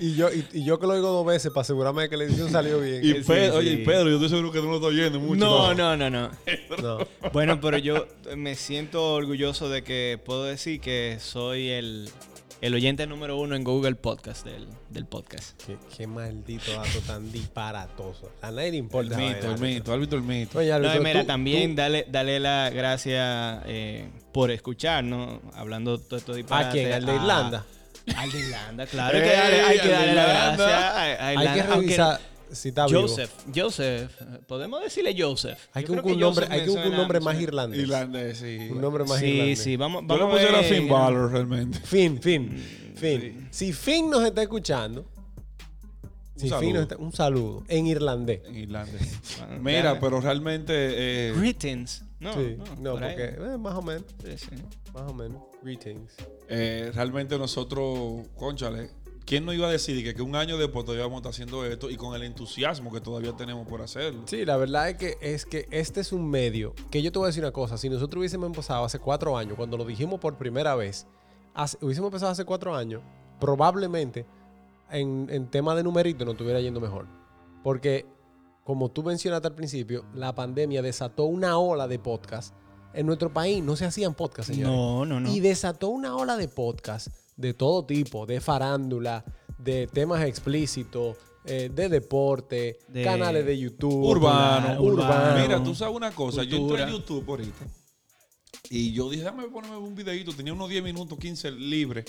S1: y, yo, y, y yo que lo oigo dos veces para asegurarme de que la edición salió bien.
S3: y,
S2: Sí,
S3: Pedro,
S2: sí.
S3: oye, y Pedro, yo estoy seguro que tú no lo estás oyendo mucho.
S2: No, no, no, no.
S1: No.
S2: Bueno, pero yo me siento orgulloso de que puedo decir que soy el, el oyente número uno en Google Podcast del, del podcast.
S1: Qué, qué maldito dato tan disparatoso. A nadie le importa.
S3: El
S1: esa
S3: mito, el
S1: vaina.
S3: mito, árbitro, el mito.
S1: Oye,
S2: No,
S1: Alberto,
S2: y mira,
S1: tú-
S2: también
S1: tú-
S2: dale, dale la gracia eh, por escucharnos, hablando todo esto disparate. ah,
S1: ¿A quién? ¿Al Ah, de Irlanda?
S2: Al de Irlanda, claro. Hay
S3: Ey,
S2: que darle, hay que
S3: al de
S2: darle la
S3: Irlanda.
S2: gracia a, a
S1: Hay que
S2: Irlanda, aunque-
S1: revisar si está vivo.
S2: Joseph, Joseph, podemos decirle Joseph.
S1: Hay que
S2: Yo creo
S1: buscar un nombre,
S2: Joseph
S1: hay
S2: me
S1: que buscar un
S2: suena-
S1: nombre
S2: me
S1: más
S2: suena-
S1: irlandés.
S3: Irlandés, sí.
S1: Un nombre más
S2: Sí,
S1: irlandés.
S2: sí, vamos,
S3: Yo le
S2: vamos
S3: pusiera
S2: a ver.
S3: Finn Balor realmente.
S1: Finn, Finn,
S2: Mm,
S1: Finn. Si Finn nos está escuchando, si
S3: saludo.
S1: Finn nos
S2: este
S1: está, un saludo en irlandés.
S3: En irlandés.
S2: Bueno,
S3: Mira,
S2: dale.
S3: pero realmente. eh,
S2: Greetings. No,
S1: sí,
S2: no,
S1: no,
S2: por ahí.
S1: porque eh, más o menos,
S2: Sí, sí.
S1: más o menos. Greetings.
S3: Eh, realmente nosotros, conchale, ¿quién no iba a decir que, que un año después todavía vamos a estar haciendo esto y con el entusiasmo que todavía tenemos por hacerlo?
S1: Sí, la verdad es que, es que este es un medio. Que yo te voy a decir una cosa. Si nosotros hubiésemos empezado hace cuatro años, cuando lo dijimos por primera vez, hace- hubiésemos empezado hace cuatro años, probablemente en, en tema de numerito no estuviera yendo mejor. Porque, como tú mencionaste al principio, la pandemia desató una ola de podcast. En nuestro país no se hacían podcasts, señores.
S2: No, no, no.
S1: Y desató una ola de podcast de todo tipo, de farándula, de temas explícitos, eh, de deporte,
S2: De-
S1: canales de YouTube.
S3: Urbano,
S2: Urbano,
S1: urbano.
S3: Mira, tú sabes una cosa, yo entré
S2: Cultura.
S3: en YouTube ahorita y yo dije, déjame ponerme un videito, tenía unos 10 minutos, 15 libres.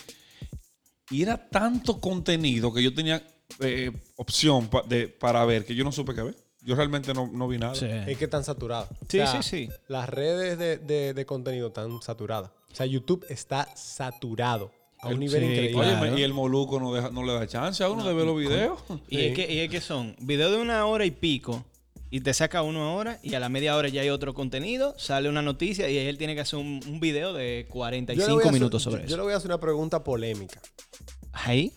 S3: Y era tanto contenido que yo tenía eh, opción pa- de- para ver que yo no supe qué ver. Yo realmente no, no vi nada.
S2: Sí.
S1: Es que están saturadas.
S2: Sí, sí, sí.
S1: Las redes de, de- de contenido están saturadas. O sea, YouTube está saturado a un nivel
S2: sí,
S1: increíble.
S3: Oye,
S2: Claro.
S3: y el Moluco no, deja- no le da chance a uno de ver los videos.
S2: Y, es que, y es que son videos de una hora y pico. Y te saca uno hora y a la media hora ya hay otro contenido, sale una noticia y él tiene que hacer un, un video
S1: Yo le voy a
S2: de 45
S1: hacer-
S2: minutos sobre
S1: yo-
S2: eso.
S1: Yo le voy a hacer una pregunta polémica.
S2: Ahí.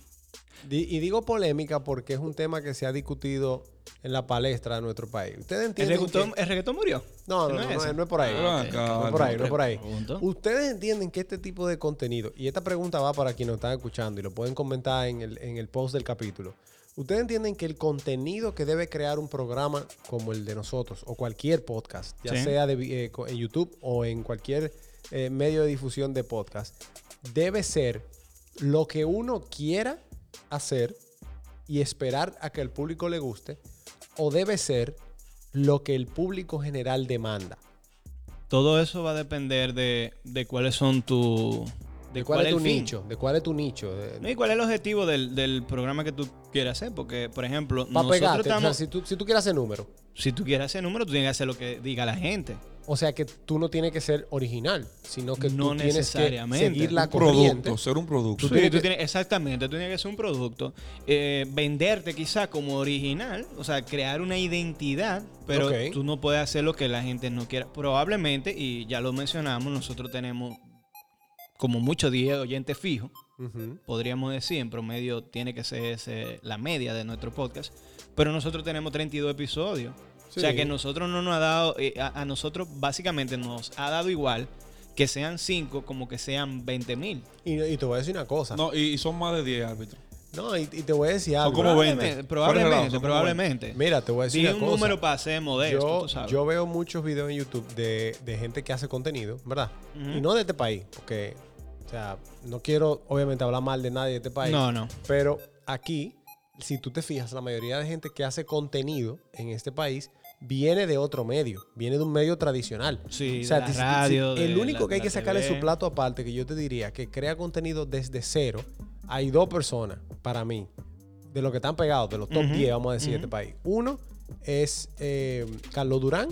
S1: Di- Y digo polémica porque es un tema que se ha discutido en la palestra de nuestro país. ¿Ustedes
S2: ¿El
S1: entienden?
S2: reggaetón,
S1: que-
S2: ¿El reggaetón murió?
S1: No,
S2: Si
S1: no, no, no,
S2: es
S1: es,
S2: ese.
S1: no es por ahí.
S3: Ah,
S1: no
S3: ok.
S1: es por ahí, no es por ahí.
S2: Pregunto.
S1: Ustedes entienden que este tipo de contenido, y esta pregunta va para quienes nos están escuchando y lo pueden comentar en el, en el post del capítulo. Ustedes entienden que el contenido que debe crear un programa como el de nosotros o cualquier podcast, ya
S2: Sí.
S1: sea de vi- eh, co- en YouTube o en cualquier eh, medio de difusión de podcast, debe ser lo que uno quiera hacer y esperar a que el público le guste, o debe ser lo que el público general demanda.
S2: Todo eso va a depender de, de cuáles son tu...
S1: ¿De cuál, es
S2: el
S1: tu
S2: fin.
S1: nicho? ¿De cuál es tu nicho? De-
S2: No, y cuál es el objetivo del, del programa que tú quieras hacer. Porque, por ejemplo,
S1: Para
S2: nosotros
S1: pegarte. o sea,
S2: estamos...
S1: si, tú, si tú quieres hacer número.
S2: Si tú quieres hacer número, tú tienes que hacer lo que diga la gente.
S1: O sea que tú no tienes que ser original, sino que
S2: No
S1: tú tienes que
S2: necesariamente.
S1: seguir la
S3: Un
S1: corriente.
S3: producto, ser un producto.
S1: Tú
S2: Sí,
S1: tienes
S2: tú
S1: que-
S2: tienes- exactamente, tú tienes que ser un producto, eh, venderte quizá como original, o sea, crear una identidad, pero
S1: Ok.
S2: tú no puedes hacer lo que la gente no quiera. Probablemente, y ya lo mencionamos, nosotros tenemos como muchos 10 oyentes fijos,
S1: Ujú.
S2: podríamos decir, en promedio tiene que ser ese- la media de nuestro podcast, pero nosotros tenemos 32 episodios. O sea
S1: Sí.
S2: que nosotros no nos ha dado, eh, a, a nosotros básicamente nos ha dado igual que sean 5 como que sean 20 mil.
S1: Y, y te voy a decir una cosa. No,
S3: No, y, y son más de 10 árbitros.
S1: y, y te voy a decir algo.
S3: como
S2: Probablemente,
S3: 20. Fuera de lado,
S2: Probablemente,
S3: son
S2: probablemente.
S1: Mira, te voy a decir
S2: Di
S1: una
S2: un
S1: cosa.
S2: número para ser modesto,
S1: yo,
S2: tú sabes.
S1: yo veo muchos videos en YouTube de, de gente que hace contenido, ¿verdad?
S2: Ujú.
S1: Y no de este país, porque, o sea, no quiero obviamente hablar mal de nadie de este país.
S2: no, no.
S1: Pero aquí, si tú te fijas, la mayoría de gente que hace contenido en este país viene de otro medio, viene de un medio tradicional.
S2: Sí,
S1: O sea,
S2: de la
S1: si- si-
S2: radio,
S1: el
S2: de
S1: único
S2: la-
S1: que hay
S2: la
S1: que sacarle
S2: TV.
S1: su plato aparte, que yo te diría que crea contenido desde cero, hay dos personas para mí, de los que están pegados, de los top
S2: Ujú,
S1: 10, vamos a decir, de este
S2: ujú.
S1: país. Uno es eh, Carlos Durán,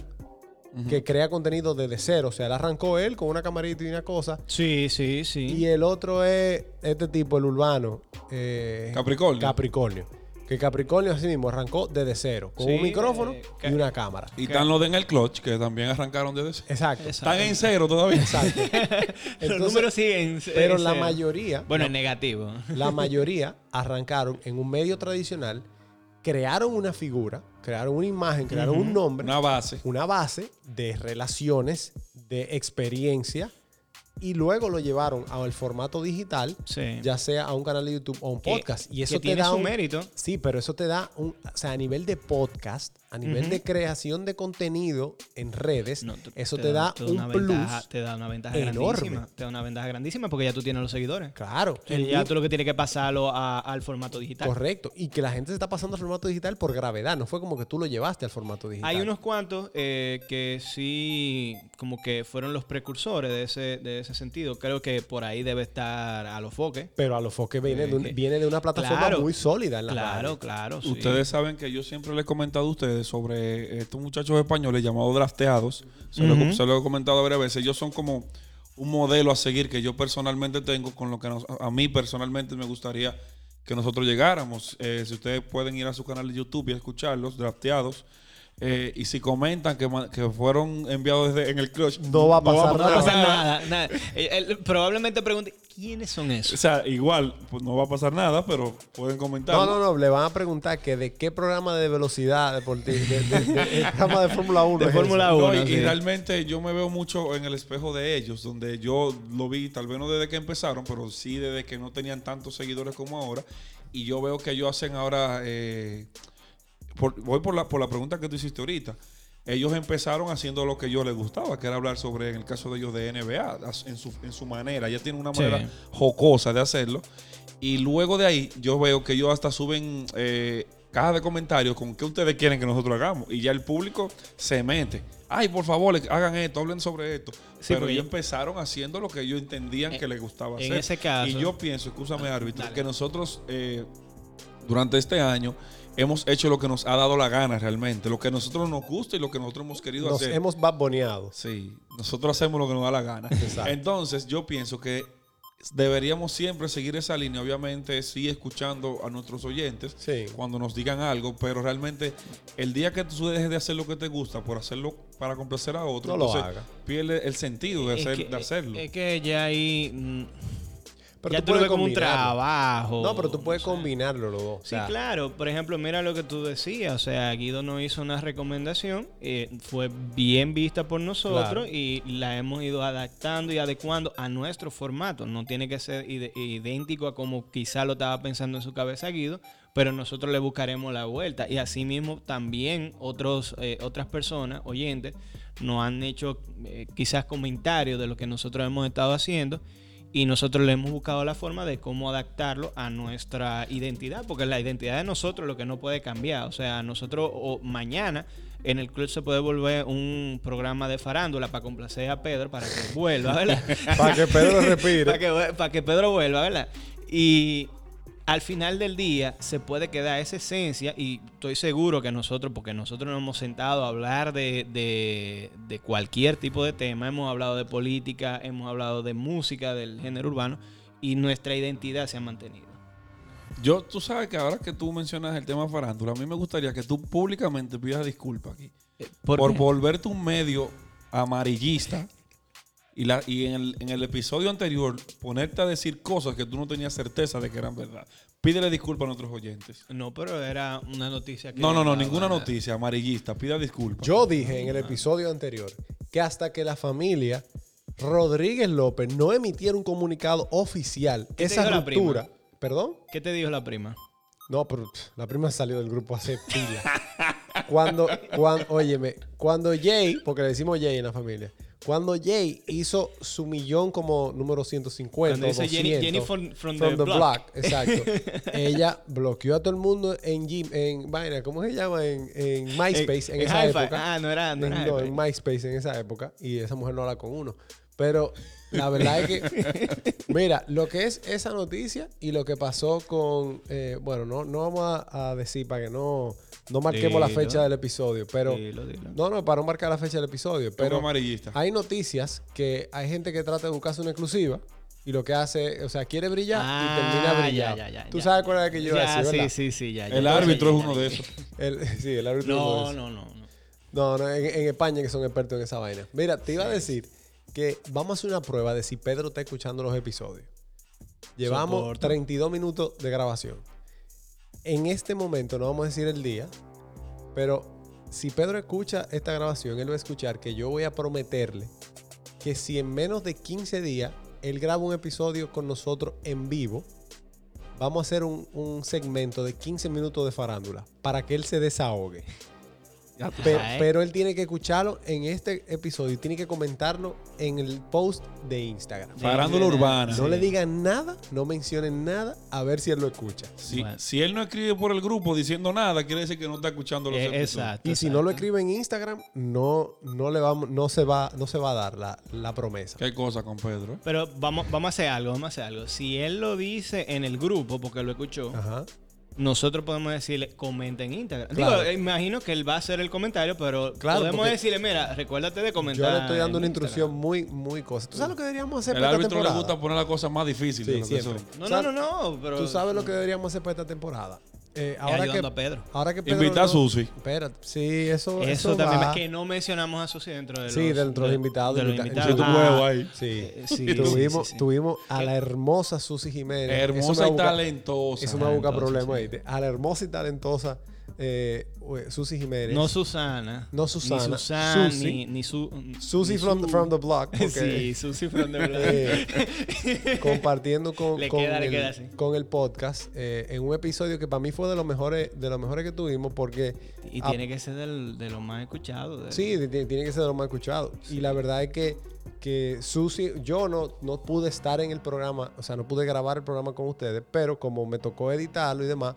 S1: que crea contenido desde cero. O sea, él arrancó él con una camarita y una cosa.
S2: Sí, sí, sí.
S1: Y el otro es este tipo, el urbano. eh,
S3: Capricornio.
S1: Capricornio. Que Capricornio así mismo arrancó desde cero, con
S2: Sí,
S1: un micrófono
S2: eh,
S1: y una cámara.
S3: y están los de en el clutch, que también arrancaron desde ese.
S1: Exacto.
S2: Exacto.
S3: Están en cero todavía.
S1: Exacto.
S2: Los
S1: Entonces,
S2: números siguen.
S1: pero la
S2: cero.
S1: mayoría,
S2: Bueno, en negativo.
S1: la mayoría arrancaron en un medio tradicional, crearon una figura, crearon una imagen, crearon un nombre,
S3: Una base.
S1: una base de relaciones, de experiencia, y luego lo llevaron al formato digital,
S2: Sí.
S1: ya sea a un canal de YouTube o a un
S2: Que-
S1: podcast. y eso
S2: que
S1: te
S2: tiene
S1: da
S2: su
S1: un-
S2: mérito.
S1: Sí, pero eso te da un, o sea, a nivel de podcast, a nivel de creación de contenido en redes,
S2: No, tú-
S1: eso te, da,
S2: una
S1: un plus.
S2: ventaja- te da una ventaja
S1: enorme.
S2: grandísima. Te da una ventaja grandísima porque ya tú tienes los seguidores.
S1: Claro.
S2: O sea,
S1: el
S2: ya
S1: link-
S2: tú lo que tienes que pasarlo a- al formato digital.
S1: correcto. Y que la gente se está pasando al formato digital por gravedad. No fue como que tú lo llevaste al formato digital.
S2: Hay unos cuantos eh, que sí, como que fueron los precursores de ese, de ese sentido. Creo que por ahí debe estar a los foques.
S1: Pero a lo foque viene, de, un-
S2: Eh,
S1: viene de una plataforma
S2: claro.
S1: muy sólida en la
S2: Claro,
S1: radio.
S2: claro. sí.
S3: Ustedes saben que yo siempre les he comentado a ustedes sobre estos muchachos españoles llamados drafteados. Se, lo,
S2: Ujú.
S3: se lo he comentado varias veces. Ellos son como un modelo a seguir que yo personalmente tengo, con lo que nos- a mí personalmente me gustaría que nosotros llegáramos. Eh, si ustedes pueden ir a su canal de YouTube y escucharlos, drafteados. Eh, y si comentan que, ma- que fueron enviados desde, en el clutch,
S1: No va a pasar
S2: No
S1: nada.
S2: pasa nada, nada. Eh, él probablemente pregunte, ¿quiénes son
S3: O
S2: esos?
S3: sea, igual, pues no va a pasar nada, pero pueden comentar.
S1: No, no, no. Le van a preguntar que de qué programa de velocidad deportiva, de, de- de- de- el programa de Fórmula 1.
S2: De
S1: es
S2: Fórmula
S1: ese.
S2: Ah, bueno,
S3: y, y
S2: sí.
S3: realmente yo me veo mucho en el espejo de ellos, donde yo lo vi, tal vez no desde que empezaron, pero sí desde que no tenían tantos seguidores como ahora. Y yo veo que ellos hacen ahora. eh, por- voy por la, por la pregunta que tú hiciste ahorita. Ellos empezaron haciendo lo que yo les gustaba, que era hablar sobre, en el caso de ellos, de NBA, as- en su, en su manera. Ya tienen una
S2: Sí.
S3: manera jocosa de hacerlo. Y luego de ahí, yo veo que ellos hasta suben eh, cajas de comentarios con qué ustedes quieren que nosotros hagamos. Y ya el público se mete. Ay, por favor, hagan esto, hablen sobre esto.
S2: Sí,
S3: Pero
S2: porque
S3: ellos
S2: yo-
S3: empezaron haciendo lo que ellos entendían
S2: En-
S3: que les gustaba
S2: en
S3: hacer.
S2: ese caso- Ah,
S3: Y yo pienso, escúchame, árbitro,
S2: dale.
S3: que nosotros eh, durante este año hemos hecho lo que nos ha dado la gana realmente, lo que a nosotros nos gusta y lo que nosotros hemos querido
S1: Nos
S3: hacer.
S1: hemos babboneado.
S3: Sí, nosotros hacemos lo que nos da la gana.
S1: Exacto.
S3: Entonces, yo pienso que deberíamos siempre seguir esa línea, obviamente, sí, escuchando a nuestros oyentes
S1: Sí.
S3: cuando nos digan algo, pero realmente el día que tú dejes de hacer lo que te gusta por hacerlo para complacer a otro,
S1: No lo
S3: entonces
S1: haga.
S3: pierde el sentido de,
S2: Es eh,
S3: hacer-
S2: que-
S3: de hacerlo.
S2: Es que ya ahí. mm,
S1: Pero
S2: ya tú, lo
S1: puedes
S2: ves como un
S1: combinarlo.
S2: trabajo.
S1: No, pero tú puedes
S2: o sea.
S1: combinarlo los dos. O
S2: Sí,
S1: sea,
S2: claro. Por ejemplo, mira lo que tú decías. O sea, Guido nos hizo una recomendación. eh, fue bien vista por nosotros
S1: Claro.
S2: y la hemos ido adaptando y adecuando a nuestro formato. No tiene que ser ide- idéntico a como quizá lo estaba pensando en su cabeza Guido, pero nosotros le buscaremos la vuelta. Y asimismo también otros, eh, otras personas, oyentes, nos han hecho eh, quizás comentarios de lo que nosotros hemos estado haciendo. Y nosotros le hemos buscado la forma de cómo adaptarlo a nuestra identidad, porque la identidad de nosotros es lo que no puede cambiar. O sea, nosotros o mañana en el club se puede volver un programa de farándula para complacer a Pedro para que vuelva, ¿verdad?
S1: Para que Pedro respire.
S2: para, que, vue- para que Pedro vuelva, ¿verdad? Y al final del día se puede quedar esa esencia y estoy seguro que nosotros, porque nosotros nos hemos sentado a hablar de, de- de cualquier tipo de tema, hemos hablado de política, hemos hablado de música, del género urbano, y nuestra identidad se ha mantenido.
S3: Yo, tú sabes que ahora que tú mencionas el tema farándula, a mí me gustaría que tú públicamente pidas disculpas aquí.
S1: Eh,
S3: Por, volverte un medio amarillista y, la, y en, el, en el episodio anterior ponerte a decir cosas que tú no tenías certeza de que eran verdad. Pídele disculpas a nuestros oyentes.
S2: No, pero era una noticia que...
S3: No, no, no,
S2: daba-
S3: ninguna noticia amarillista. Pida disculpas.
S1: Yo dije en el episodio anterior que hasta que la familia Rodríguez López no emitiera un comunicado oficial,
S2: te
S1: esa
S2: dijo la
S1: ruptura. ¿Perdón?
S2: ¿Qué te dijo la prima?
S1: No, pero pff, la prima salió del grupo hace pila. cuando, cuando, óyeme, cuando Jay, porque le decimos Jay en la familia, cuando Jay hizo su millón como número 150
S2: Cuando
S1: o
S2: dice Jenny-
S1: 200,
S2: Jenny from- from the block.
S1: exacto. ella bloqueó a todo el mundo en Gim- en vaina, ¿cómo se llama? En, en MySpace en,
S2: en
S1: esa
S2: Hi-Fi.
S1: época.
S2: Ah, no era- no
S1: En-
S2: era
S1: no,
S2: Hi-Fi.
S1: en MySpace en esa época y esa mujer no habla con uno. Pero la verdad es que, mira, lo que es esa noticia y lo que pasó con, eh, bueno, no, no vamos a, a decir para que no, no marquemos la
S2: Dilo.
S1: fecha del episodio, pero...
S2: Dilo, dilo.
S1: No, no, para no marcar la fecha del episodio,
S3: Pero
S1: pero
S3: amarillista.
S1: hay noticias que hay gente que trata de buscarse una exclusiva y lo que hace, o sea, quiere brillar
S2: Ah,
S1: y termina brillando. Tú sabes cuál era la que yo iba a
S2: ya,
S1: decir, ¿verdad?
S2: Sí, sí, sí, ya.
S3: el árbitro es uno de esos.
S1: El, sí, el árbitro de
S2: No,
S1: eso.
S2: no, no. no.
S1: No, no, en, en España que son expertos en esa vaina. Mira, te iba a decir que vamos a hacer una prueba de si Pedro está escuchando los episodios. Llevamos
S2: Soporto.
S1: 32 minutos de grabación. En este momento no vamos a decir el día, pero si Pedro escucha esta grabación, él va a escuchar que yo voy a prometerle que si en menos de 15 días él graba un episodio con nosotros en vivo, vamos a hacer un, un segmento de 15 minutos de farándula para que él se desahogue.
S3: Ya
S1: Pe-
S3: tú
S1: Pero,
S2: Ajá, ¿eh?
S1: él tiene que escucharlo en este episodio y tiene que comentarlo en el post de Instagram.
S2: Sí,
S3: Farándula
S2: sí, sí.
S3: urbana.
S1: No le digan nada, no mencionen nada, a ver si él lo escucha.
S3: Si,
S2: Bueno.
S3: si él no escribe por el grupo diciendo nada, quiere decir que no está escuchando los
S2: Eh,
S3: episodios.
S2: exacto.
S1: Y si no lo
S2: exacto.
S1: escribe en Instagram, no, no, le vamos, no, se, va, no se va a dar la, la promesa.
S3: ¿Qué cosa con Pedro? eh?
S2: Pero vamos, vamos a hacer algo, vamos a hacer algo. Si él lo dice en el grupo, porque lo escuchó,
S1: Ajá.
S2: nosotros podemos decirle, comenta en Instagram.
S1: Claro.
S2: Digo, eh, imagino que él va a hacer el comentario, pero
S1: Claro,
S2: podemos
S1: porque-
S2: decirle, mira, recuérdate de comentar.
S1: Yo le estoy dando
S2: en
S1: una instrucción
S2: Instagram".
S1: muy, muy cosa. ¿Tú sabes lo que deberíamos hacer
S3: El
S1: para esta
S3: árbitro le
S1: temporada?
S3: gusta poner la cosa más difícil. de
S1: Sí,
S3: lo que
S1: siempre.
S3: son.
S2: No, no, no, no, pero...
S1: ¿Tú sabes lo que deberíamos hacer para esta temporada? Eh, ahora, que,
S2: ayudando a Pedro.
S1: ahora que Pedro
S3: Invita a
S1: no-
S3: Susi.
S1: Espérate, sí, eso.
S2: Eso también,
S1: va.
S2: es que no mencionamos a Susi dentro de los...
S1: Sí, dentro de los invitados.
S2: de los
S1: invita-
S2: invitados.
S3: Pusiste un
S2: Ah,
S3: huevo ahí.
S1: Sí.
S2: Eh, sí,
S1: tuvimos,
S2: sí, sí, sí.
S1: tuvimos a la hermosa Susi Jiménez. Eso
S3: Hermosa
S1: me
S3: y
S1: busca-
S3: talentosa.
S1: Eso me busca
S2: Talentosa,
S1: problema
S2: sí.
S1: ¿oíste? A la hermosa y talentosa eh, ue- Susi Jiménez.
S2: Ah, No Susana.
S1: No Susana,
S2: Ni Susana,
S1: Susi.
S2: ni, ni su...
S1: Susi
S2: ni
S1: from,
S2: su-
S1: from the block. porque,
S2: Sí, Susi from the block.
S1: eh, compartiendo con,
S2: Le
S1: con
S2: queda, le
S1: el,
S2: queda así.
S1: con el podcast eh, en un episodio que para mí fue de los mejores de los mejores que tuvimos porque
S2: Y
S1: a-
S2: tiene que ser del- de los más escuchados. de-
S1: Ah, Sí, de- de- tiene que ser de lo más escuchado. Y la verdad es que, que Susi, yo no, no pude estar en el programa, o sea, no pude grabar el programa con ustedes, pero como me tocó editarlo y demás,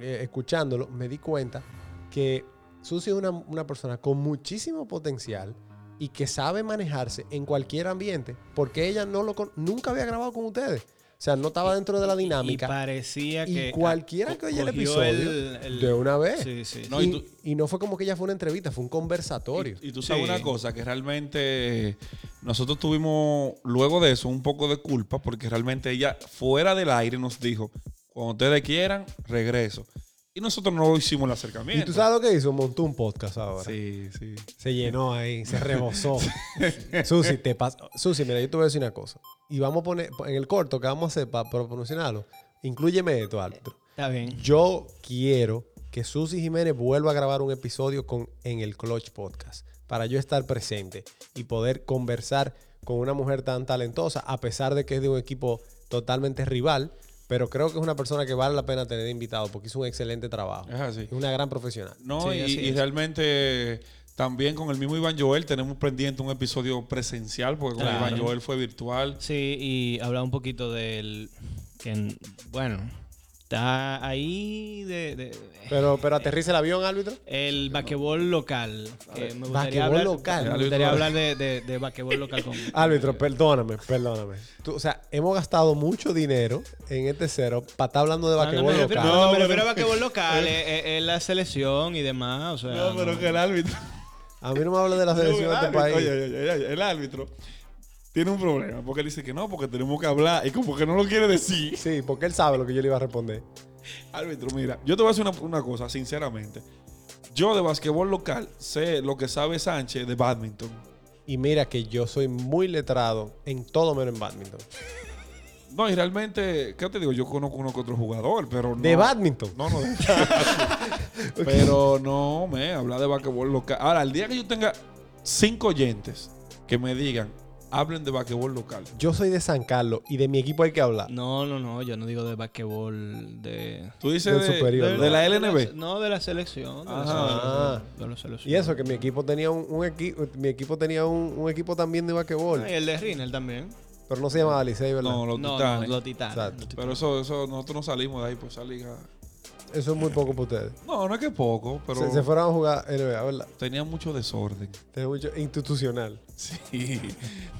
S1: eh, escuchándolo, me di cuenta que Susi es una, una persona con muchísimo potencial y que sabe manejarse en cualquier ambiente, porque ella no lo con- nunca había grabado con ustedes. O sea, no estaba dentro de la dinámica.
S2: Y parecía
S1: Y
S2: que. ah,
S1: cualquiera que oye el
S2: cogió
S1: episodio, de una vez.
S2: Sí, sí.
S3: No,
S1: y,
S3: y tú-
S1: y no fue como que ella fue una entrevista, fue un conversatorio.
S3: Y tú sabes
S2: Sí.
S3: una cosa, que realmente nosotros tuvimos, luego de eso, un poco de culpa, porque realmente ella fuera del aire nos dijo, cuando ustedes quieran, regreso. Y nosotros no hicimos el acercamiento.
S1: ¿Y tú sabes lo que hizo? Montó un podcast ahora.
S3: Sí, sí.
S1: Se llenó ahí, se rebosó. Susi, te pasa. Susi, mira, yo te voy a decir una cosa. y vamos a poner en el corto que vamos a hacer para promocionarlo. Incluyeme esto, árbitro.
S2: Está bien.
S1: Yo quiero que Susi Jiménez vuelva a grabar un episodio con en el Clutch Podcast para yo estar presente y poder conversar con una mujer tan talentosa, a pesar de que es de un equipo totalmente rival, pero creo que es una persona que vale la pena tener de invitado porque hizo un excelente trabajo.
S3: Es así.
S1: Es una gran profesional.
S3: No,
S2: Sí,
S3: y,
S2: así
S3: y
S2: es.
S3: realmente también con el mismo Iván Joel tenemos pendiente un episodio presencial, porque con
S2: Claro.
S3: Iván Joel fue virtual.
S2: Sí, y hablaba un poquito del. Que, en- bueno, está ahí de. de-
S1: Pero, pero aterriza el avión, árbitro.
S2: el basquetbol local. que me
S1: Basquetbol
S2: gustaría hablar,
S1: local. Ah,
S2: Me gustaría hablar de, de, de basquetbol local con.
S1: Árbitro, perdóname, perdóname. Tú, o sea, hemos gastado mucho dinero en este cero para estar hablando de
S2: No, no
S1: vaquebol
S2: me refiero,
S1: local.
S2: no, me refiero a basquetbol local, es, es- es la selección y demás. O sea,
S3: No, pero
S2: no.
S3: que el árbitro.
S1: A mí no me habla de la selección
S3: el
S1: de este
S3: árbitro,
S1: país.
S3: oye, oye, oye, oye, el árbitro tiene un problema, porque él dice que no, porque tenemos que hablar, y como que no lo quiere decir.
S1: Sí, porque él sabe lo que yo le iba a responder.
S3: Árbitro, mira, yo te voy a decir una, una cosa, sinceramente. Yo de basquetbol local sé lo que sabe Sánchez de badminton.
S1: Y mira que yo soy muy letrado en todo menos en badminton.
S3: No, y realmente, ¿qué te digo? Yo conozco uno que otro jugador, pero no.
S1: ¿De badminton?
S3: No, no, de- Pero no, me habla de basquetbol local. Ahora, el día que yo tenga cinco oyentes que me digan, hablen de basquetbol local.
S1: Yo soy de San Carlos y de mi equipo hay que hablar.
S2: No, no, no, yo no digo de basquetbol de.
S3: Tú dices
S1: Del
S3: de,
S1: superior,
S3: de
S1: ¿no?
S3: la LNB.
S2: No, de la selección. De la
S1: Ajá.
S2: selección, de la selección.
S1: Y eso, que mi equipo tenía un, un equipo, mi equipo tenía un, un equipo también de basquetbol.
S2: Ah, y el de Rinel también.
S1: Pero no se llamaba Licey, ¿verdad?
S3: No, los
S2: no,
S3: titanes.
S2: no, los titanes.
S1: Exacto.
S2: los titanes.
S3: Pero eso, eso, nosotros no salimos de ahí, pues esa liga.
S1: Eso es muy poco para ustedes.
S3: No, no es que poco, pero
S1: Se, se fueron a jugar NBA, ¿verdad?
S3: tenía mucho desorden.
S1: Es mucho institucional.
S3: Sí.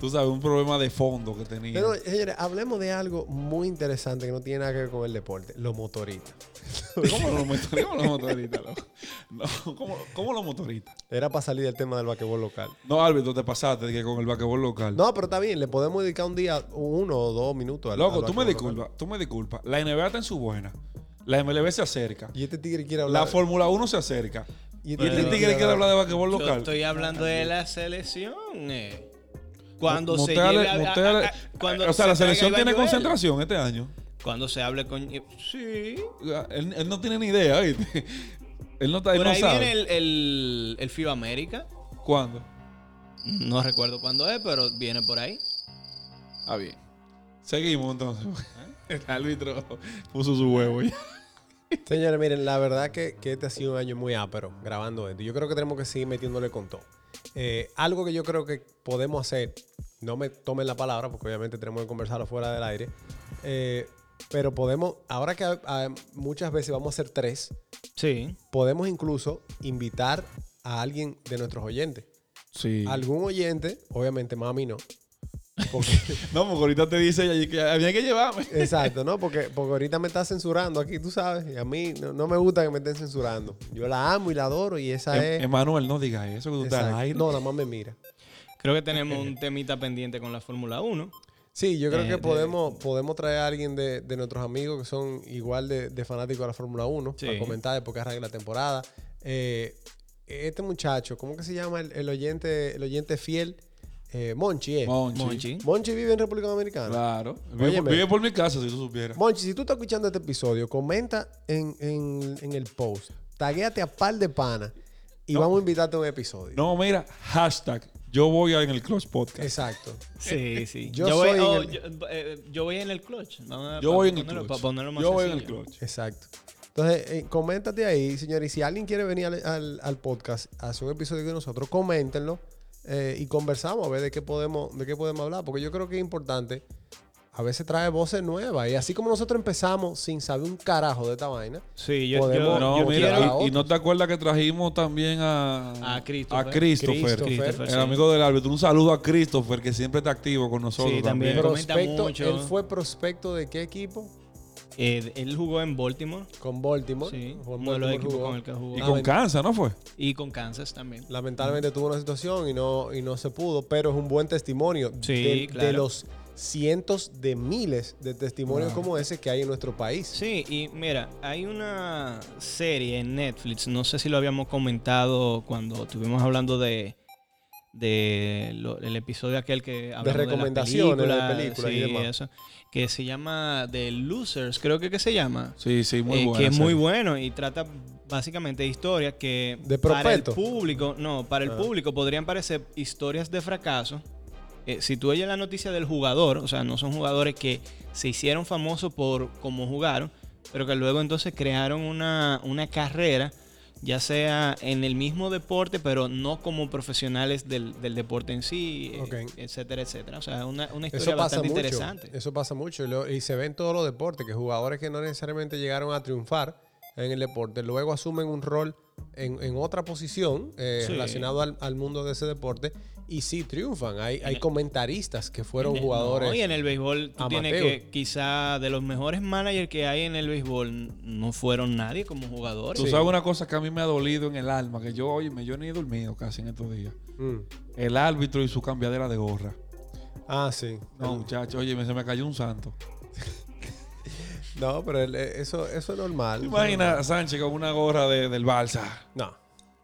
S3: Tú sabes, un problema de fondo que tenía.
S1: Pero, señores, hablemos de algo muy interesante que no tiene nada que ver con el deporte. Los motoristas.
S3: ¿Cómo los motoristas? ¿Cómo los motoristas? loco? No, ¿cómo, cómo los motoristas?
S1: Era para salir del tema del basquetbol local.
S3: No, Alberto, te pasaste de que con el basquetbol local.
S1: No, pero está bien. Le podemos dedicar un día, uno o dos minutos. al-
S3: Loco,
S1: al
S3: tú me
S1: basquetbol local.
S3: disculpas, tú me disculpas. La NBA está en su buena. La MLB se acerca.
S1: Y este tigre quiere hablar.
S3: La Fórmula 1 se acerca.
S1: y
S3: Y este
S2: Pero-
S3: tigre quiere hablar de basquetbol
S2: Yo
S3: local.
S2: estoy hablando de la selección. eh. Cuando se
S3: Montale-
S2: lleve a- a-
S3: Montale-
S2: a- cuando
S3: o sea,
S2: se
S3: la selección
S2: traiga
S3: tiene
S2: Iván Joel.
S3: concentración este año.
S2: Cuando se hable con. eh, Sí.
S3: Él, él no tiene ni idea, ¿viste? Él no, está, él
S2: Por
S3: no
S2: ahí
S3: sabe.
S2: viene el, el, el FIBA América.
S3: ¿Cuándo?
S2: No recuerdo cuándo es, pero viene por ahí.
S3: Ah, bien. Seguimos entonces.
S2: ¿Eh?
S3: El árbitro puso su huevo ya.
S1: Señores, miren, la verdad que, que este ha sido un año muy ápero grabando esto. Yo creo que tenemos que seguir metiéndole con todo. Eh, algo que yo creo que podemos hacer, no me tomen la palabra porque obviamente tenemos que conversarlo fuera del aire, eh, pero podemos, ahora que ah, muchas veces vamos a hacer tres,
S2: Sí.
S1: podemos incluso invitar a alguien de nuestros oyentes.
S3: Sí.
S1: Algún oyente, obviamente mami no. Porque-
S3: No, porque ahorita te dice ella que había que llevarme.
S1: Exacto, ¿no? Porque, porque ahorita me está censurando aquí, tú sabes. Y a mí no, no me gusta que me estén censurando. Yo la amo y la adoro y esa
S3: Em-
S1: es...
S3: Emanuel, no digas eso que tú estás
S1: Exacto.
S3: al aire.
S1: No, nada más me mira.
S2: Creo que tenemos un temita pendiente con la Fórmula 1.
S1: Sí, yo creo
S2: Eh,
S1: que
S2: de-
S1: podemos, podemos traer a alguien de, de nuestros amigos que son igual de, de fanáticos de la Fórmula 1
S2: Sí.
S1: para comentar después que arranque la temporada. Eh, este muchacho, ¿cómo que se llama el, el oyente, el oyente fiel? Eh, Monchi, ¿eh?
S3: Monchi.
S2: Monchi.
S1: Monchi vive en República Dominicana.
S3: Claro. Vive,
S1: Óyeme.
S3: vive por mi casa, si tú supieras.
S1: Monchi, si tú estás escuchando este episodio, comenta en, en- en el post. Taguéate a par de pana y vamos a invitarte a un episodio.
S3: No, mira, hashtag. Yo voy a- en el Clutch Podcast.
S1: Exacto.
S2: Sí, sí.
S1: Yo
S2: Yo, voy,
S1: soy
S2: oh,
S1: en
S2: yo, eh, yo voy en el clutch. Vamos a-
S3: yo
S2: pa-
S3: voy en el
S2: ponerlo-
S3: Clutch.
S2: pa- ponerlo más
S3: yo voy en el
S2: sencillo.
S3: Clutch.
S1: Exacto. Entonces, eh, coméntate ahí, señores. Y si alguien quiere venir al, al- al podcast, a hacer un episodio con nosotros, coméntenlo eh, y conversamos a ver de qué, podemos, de qué podemos hablar. Porque yo creo que es importante a veces traer voces nuevas. Y así como nosotros empezamos sin saber un carajo de esta vaina,
S2: Sí, yo,
S1: Podemos-
S2: yo-
S3: No,
S2: yo
S3: mira,
S2: quiero-
S1: a
S3: y- y,
S1: otros.
S3: no te acuerdas que trajimos también a,
S2: A Christopher.
S3: a Christopher,
S1: Christopher.
S2: Christopher,
S3: el
S2: sí.
S3: amigo del árbitro. Un saludo a Christopher, que siempre está activo con nosotros.
S2: Sí,
S3: también.
S2: también. comenta
S1: prospecto,
S2: mucho.
S1: él fue prospecto de qué equipo?
S2: Eh, él jugó en Baltimore.
S1: Con Baltimore.
S2: Sí,
S1: Con
S2: uno de los
S1: Baltimore
S2: equipos
S1: jugó.
S2: con el que jugó.
S3: Y
S1: Ah,
S3: con
S1: bueno.
S3: Kansas, ¿no fue?
S2: Y con Kansas también.
S1: Lamentablemente tuvo una situación y no, y no se pudo, pero es un buen testimonio
S2: Sí,
S1: de,
S2: claro.
S1: de los cientos de miles de testimonios
S3: Claro.
S1: como ese que hay en nuestro país.
S2: Sí, y mira, hay una serie en Netflix, no sé si lo habíamos comentado cuando estuvimos hablando de, de lo- el episodio aquel que hablamos las
S1: recomendaciones de películas
S2: películas
S1: y
S2: sí,
S1: demás.
S2: eso, que se llama The Losers, creo que, que se llama.
S3: Sí, sí, muy
S2: eh,
S3: bueno.
S2: que es muy bueno y trata básicamente de historias que
S1: De
S2: para el
S1: profeto.
S2: público, no, para el
S1: Ah.
S2: público podrían parecer historias de fracaso. Eh, si tú oyes la noticia del jugador, o sea, no son jugadores que se hicieron famosos por cómo jugaron, pero que luego entonces crearon una, una carrera, ya sea en el mismo deporte, pero no como profesionales del, del deporte en sí, eh,
S1: Ok.
S2: etcétera, etcétera. O sea, una, una historia
S1: Eso pasa
S2: bastante
S1: mucho.
S2: interesante.
S1: Eso pasa mucho. Y, lo- y se ve en todos los deportes, que jugadores que no necesariamente llegaron a triunfar en el deporte, luego asumen un rol en, en otra posición eh,
S2: Sí.
S1: relacionado al, al mundo de ese deporte y sí triunfan. Hay, hay
S2: el-
S1: comentaristas que fueron
S2: En el-
S1: jugadores.
S2: no, y en el béisbol, tú tienes
S1: amateur.
S2: que, quizá de los mejores managers que hay en el béisbol, no fueron nadie como jugadores.
S3: Tú sabes una cosa que a mí me ha dolido en el alma, que yo, oye, yo ni he dormido casi en estos días.
S1: Mm.
S3: El árbitro y su cambiadera de gorra.
S1: Ah, sí.
S3: No, muchacho, oye, me- se me cayó un santo.
S1: No, pero el- eh, eso, eso es normal.
S3: ¿Te imaginas a Sánchez con una gorra de- del Balsa?
S1: No.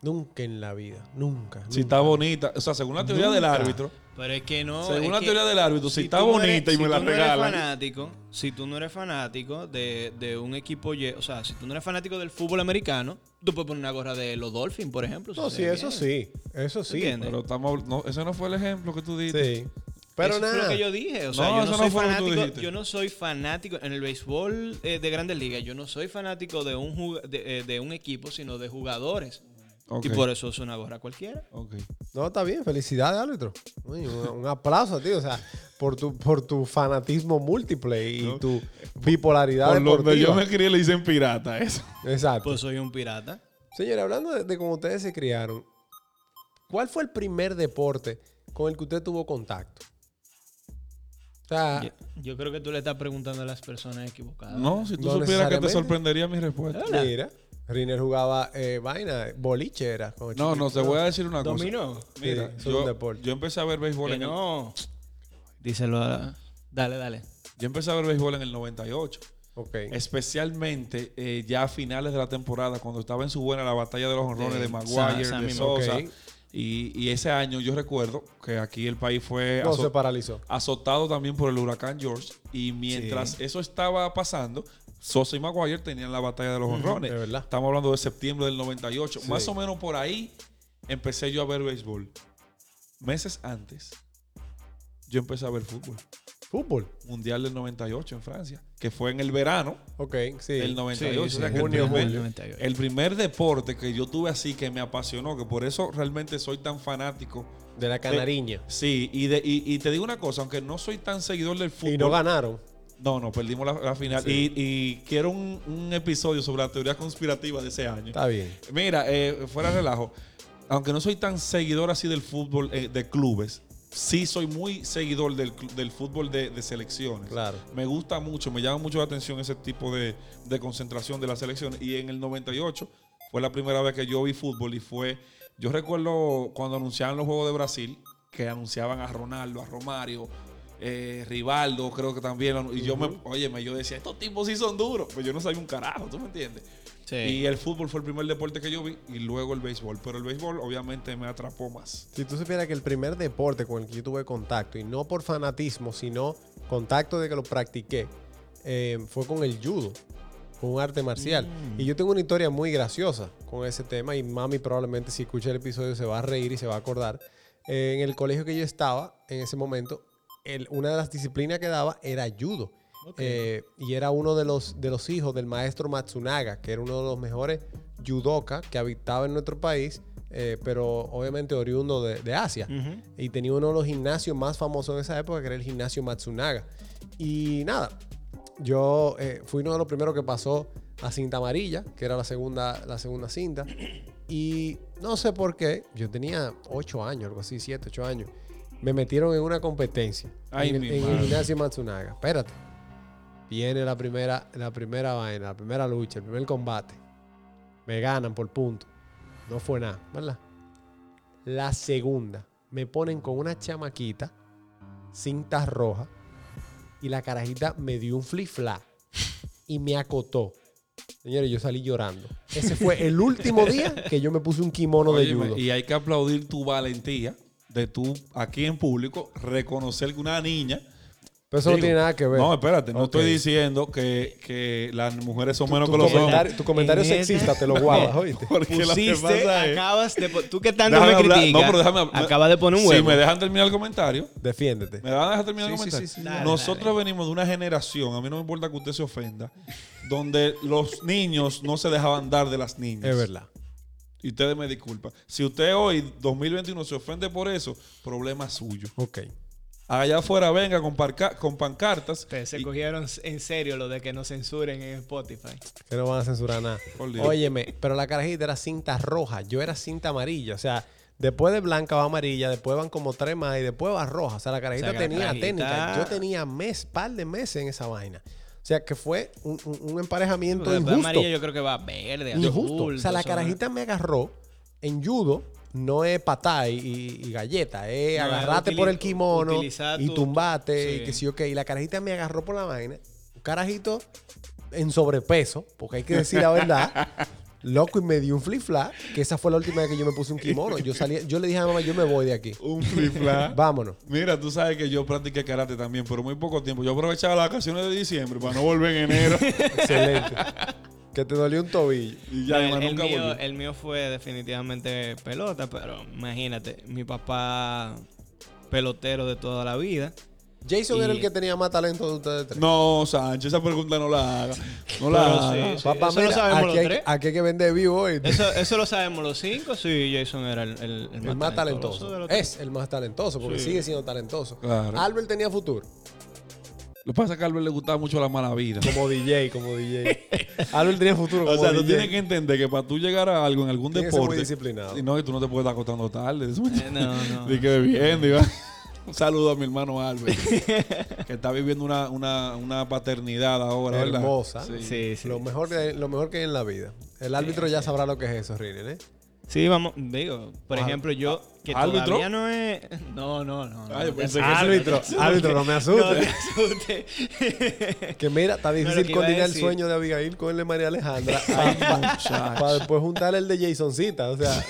S1: Nunca en la vida. Nunca.
S3: Si
S1: nunca.
S3: está bonita, o sea, según la teoría del
S1: Nunca.
S3: árbitro,
S2: Pero es que no.
S3: Según
S2: es
S3: la
S2: que
S3: teoría del árbitro, si está
S2: tú no
S3: bonita y me
S2: si
S3: la
S2: tú no eres
S3: regalan.
S2: fanático, si tú no eres fanático de, de un equipo, ye- o sea, si tú no eres fanático del fútbol americano, tú puedes poner una gorra de los Dolphins, por ejemplo.
S1: No,
S2: si
S1: sí,
S2: te
S1: eso
S2: quieres.
S1: sí. Eso sí.
S2: ¿Entiendes?
S3: pero estamos, no, ese no fue el ejemplo que tú diste.
S1: Sí. Pero
S2: Eso fue
S1: nada.
S2: lo que yo dije. O sea,
S3: No,
S2: yo,
S3: eso
S2: no
S3: no
S2: soy
S3: fue lo que tú
S2: fanático,
S3: dijiste.
S2: yo no soy fanático. En el béisbol eh, de Grandes Ligas, yo no soy fanático de un, jug- de, eh, de un equipo, sino de jugadores.
S3: Ok,
S2: Y por eso es una gorra cualquiera.
S3: ok.
S1: No, está bien. Felicidades, árbitro. Uy, un, un aplauso a ti. O sea, por tu, por tu fanatismo múltiple y tu bipolaridad
S3: Por lo que
S1: deportiva.
S3: yo me crié le dicen pirata eso.
S1: Exacto.
S2: Pues soy un pirata.
S1: Señores, hablando de, de cómo ustedes se criaron, ¿cuál fue el primer deporte con el que usted tuvo contacto? O sea,
S2: Yo, yo creo que tú le estás preguntando a las personas equivocadas.
S3: No, si tú
S1: No
S3: supieras que te
S1: necesariamente.
S3: sorprendería mi respuesta.
S2: Hola.
S1: mira, Riner jugaba eh, vaina, boliche era. con el
S3: No,
S1: chiquito.
S3: no, te voy a decir una cosa.
S2: Dominó.
S3: Mira,
S1: Sí, es un
S3: yo,
S1: deporte.
S3: yo empecé a ver béisbol
S2: Que
S3: en el,
S2: no. Díselo a. Dale, dale.
S3: yo empecé a ver béisbol en el 98.
S1: Ok.
S3: este, Especialmente eh, ya a finales de la temporada, cuando estaba en su buena la batalla de los honrones
S2: De
S3: de, Maguire,
S2: Sa-
S3: de
S2: Sammy
S3: Sosa.
S1: Maguire.
S3: Y, y ese año yo recuerdo que aquí el país fue
S1: No,
S3: azo-
S1: se paralizó.
S3: azotado también por el huracán George. Y mientras eso estaba pasando, Sosa y Maguire tenían la batalla de los honrones.
S1: es verdad.
S3: Estamos hablando de septiembre del 98.
S1: Sí.
S3: Más o menos por ahí empecé yo a ver béisbol. Meses antes, yo empecé a ver fútbol.
S1: Fútbol.
S3: Mundial del 98 en Francia, que fue en el verano
S1: Ok, sí.
S3: del 98.
S2: Sí,
S3: O sea
S2: sí,
S3: que el
S1: junio,
S3: primer-
S1: julio.
S3: el primer deporte que yo tuve así que me apasionó, que por eso realmente soy tan fanático.
S1: De la Canariña.
S3: Sí, y, de, y, y te digo una cosa, aunque no soy tan seguidor del fútbol.
S1: Y no ganaron.
S3: No, no, perdimos la, la final.
S1: Sí.
S3: Y, y quiero un, un episodio sobre la teoría conspirativa de ese año.
S1: Está bien.
S3: Mira, eh, fuera de relajo, aunque no soy tan seguidor así del fútbol eh, de clubes, sí soy muy seguidor del, cl- del fútbol de, de selecciones.
S1: Claro.
S3: Me gusta mucho, me llama mucho la atención ese tipo de, de concentración de las selecciones. Y en el 98 fue la primera vez que yo vi fútbol y fue, yo recuerdo cuando anunciaban los Juegos de Brasil, que anunciaban a Ronaldo, a Romario. eh, Rivaldo, creo que también. Y yo me, óyeme, yo decía, estos tipos sí son duros. Pues yo no sabía un carajo, ¿tú me entiendes?
S2: Sí.
S3: Y el fútbol fue el primer deporte que yo vi y luego el béisbol. Pero el béisbol obviamente me atrapó más.
S1: Si tú supieras que el primer deporte con el que yo tuve contacto, y no por fanatismo, sino contacto de que lo practiqué, eh, fue con el judo, con un arte marcial. Y yo tengo una historia muy graciosa con ese tema, y mami probablemente si escucha el episodio se va a reír y se va a acordar. Eh, en el colegio que yo estaba en ese momento, el- una de las disciplinas que daba era judo. Eh, y era uno de los, de los hijos del maestro Matsunaga, que era uno de los mejores judoka que habitaba en nuestro país, eh, pero obviamente oriundo de, de Asia.
S2: Ujú.
S1: Y tenía uno de los gimnasios más famosos en esa época, que era el gimnasio Matsunaga. Y nada, yo eh, fui uno de los primeros que pasó a cinta amarilla, que era la segunda, la segunda cinta. Y no sé por qué, yo tenía 8 años, algo así, 7, 8 años. Me metieron en una competencia
S3: Ay,
S1: en, el-
S3: mi
S1: en el
S3: madre.
S1: gimnasio Matsunaga. Espérate. Viene la primera, la primera vaina, la primera lucha, el primer combate. Me ganan por punto. No fue nada, ¿verdad? La segunda, me ponen con una chamaquita, cintas rojas, y la carajita me dio un flip-flap y me acotó. Señores, yo salí llorando. Ese fue el último día que yo me puse un kimono de
S3: Óyeme,
S1: judo.
S3: y hay que aplaudir tu valentía de tú aquí en público reconocer que una niña.
S1: Pero eso no tiene nada que ver.
S3: No, espérate, no
S1: Ok.
S3: estoy diciendo que, que las mujeres son menos
S1: Tu
S3: que los hombres.
S1: comentario, tu comentario
S2: En
S1: sexista
S2: esa-
S1: te lo guardas, oíste.
S3: Porque lo que
S2: Pusiste,
S3: pasa es-
S2: acabas de... po- Tú que tanto
S3: Déjame
S2: me
S3: hablar-
S2: criticas.
S3: No, pero déjame hablar.
S2: Acabas de poner un
S3: Si
S2: huevo.
S3: me dejan terminar el comentario.
S1: Defiéndete.
S3: ¿Me van a dejar terminar el
S1: Sí, sí,
S3: comentario?
S1: sí, sí,
S2: dale.
S3: Nosotros venimos de una generación, a mí no me importa que usted se ofenda, donde los niños no se dejaban dar de las niñas.
S1: Es verdad.
S3: Y ustedes me disculpan. Si usted hoy, 2021, se ofende por eso, problema suyo.
S1: Ok.
S3: Allá afuera venga con, parca- con pancartas.
S2: Ustedes se
S3: y-
S2: cogieron en serio lo de que nos censuren en Spotify.
S1: Que no van a censurar nada.
S3: Por Dios.
S1: Óyeme, pero la carajita era cinta roja. Yo era cinta amarilla. O sea, después de blanca va amarilla, después van como tres más y después va roja. O sea, la carajita
S2: O sea, que la
S1: tenía
S2: carajita-
S1: técnica. Yo tenía mes, par de meses en esa vaina. O sea, que fue un, un- un emparejamiento
S2: Después de
S1: injusto.
S2: amarillo yo creo que va verde,
S1: Injusto.
S2: azul.
S1: o sea, la
S2: todo eso,
S1: carajita me agarró en judo. No es patá y, y- y galleta, es
S2: No, es
S1: agarrate
S2: utili-
S1: por el kimono
S2: utilizar
S1: y
S2: tu-
S1: tumbate
S2: sí.
S1: y que sí, ok. Y la carajita me agarró por la vaina. Un carajito en sobrepeso, porque hay que decir la verdad. Loco, y me dio un flip flap, que esa fue la última vez que yo me puse un kimono. Yo salí, yo le dije a mamá, yo me voy de aquí.
S3: Un flip-flop.
S1: Vámonos.
S3: Mira, tú sabes que yo practiqué karate también, pero muy poco tiempo. Yo aprovechaba las vacaciones de diciembre para no volver en enero.
S1: Excelente. que te dolió un tobillo.
S3: y
S2: No,
S3: ya, además,
S2: el, el
S3: nunca
S2: mío,
S3: volví.
S2: el mío fue definitivamente pelota, pero imagínate, mi papá pelotero de toda la vida.
S1: Jason era
S2: Y-
S1: el que tenía más talento de ustedes tres.
S3: No, Sánchez, esa pregunta no la haga. No la
S2: Pero
S3: haga.
S2: sí,
S1: Papá,
S2: eso lo
S1: mira,
S2: sabemos
S1: aquí,
S2: los
S1: hay,
S2: tres.
S1: aquí hay que vender vivo hoy.
S2: Eso, eso lo sabemos los cinco, sí, Jason era el, el- el
S1: El más talentoso.
S2: de los tres.
S1: Es el más talentoso, porque
S2: Sí.
S1: sigue siendo talentoso.
S3: Claro.
S1: Albert tenía futuro.
S3: Lo que pasa es que a Albert le gustaba mucho la mala vida.
S1: Como DJ, como DJ. Albert tenía futuro
S3: O sea, tú tienes que entender que para tú llegar a algo en algún
S1: Tienes que ser
S3: deporte.
S1: muy disciplinado.
S3: Y no, y tú no te puedes estar acostando tarde.
S2: Eh, no, no.
S3: Ni que bebiendo. y va. Un saludo a mi hermano Albert, que está viviendo una, una, una paternidad ahora, ¿verdad?
S1: Hermosa.
S2: Sí, sí.
S1: Lo, mejor que, lo mejor que hay en la vida. El árbitro ya sabrá lo que es eso, Rinel, ¿eh?
S2: Sí, vamos, digo, por ejemplo, yo, que
S3: ¿Árbitro?
S2: todavía no es... No, no, no. no.
S3: Ay, yo pensé que
S1: Árbitro, árbitro, no me
S2: No te
S1: asustes.
S2: asustes.
S1: Que mira, está
S2: No, lo
S1: difícil
S2: que iba a
S1: coordinar el
S2: decir.
S1: sueño de Abigail con el de María Alejandra.
S3: muchacho.
S1: Para después juntar el de Jasoncita. O sea,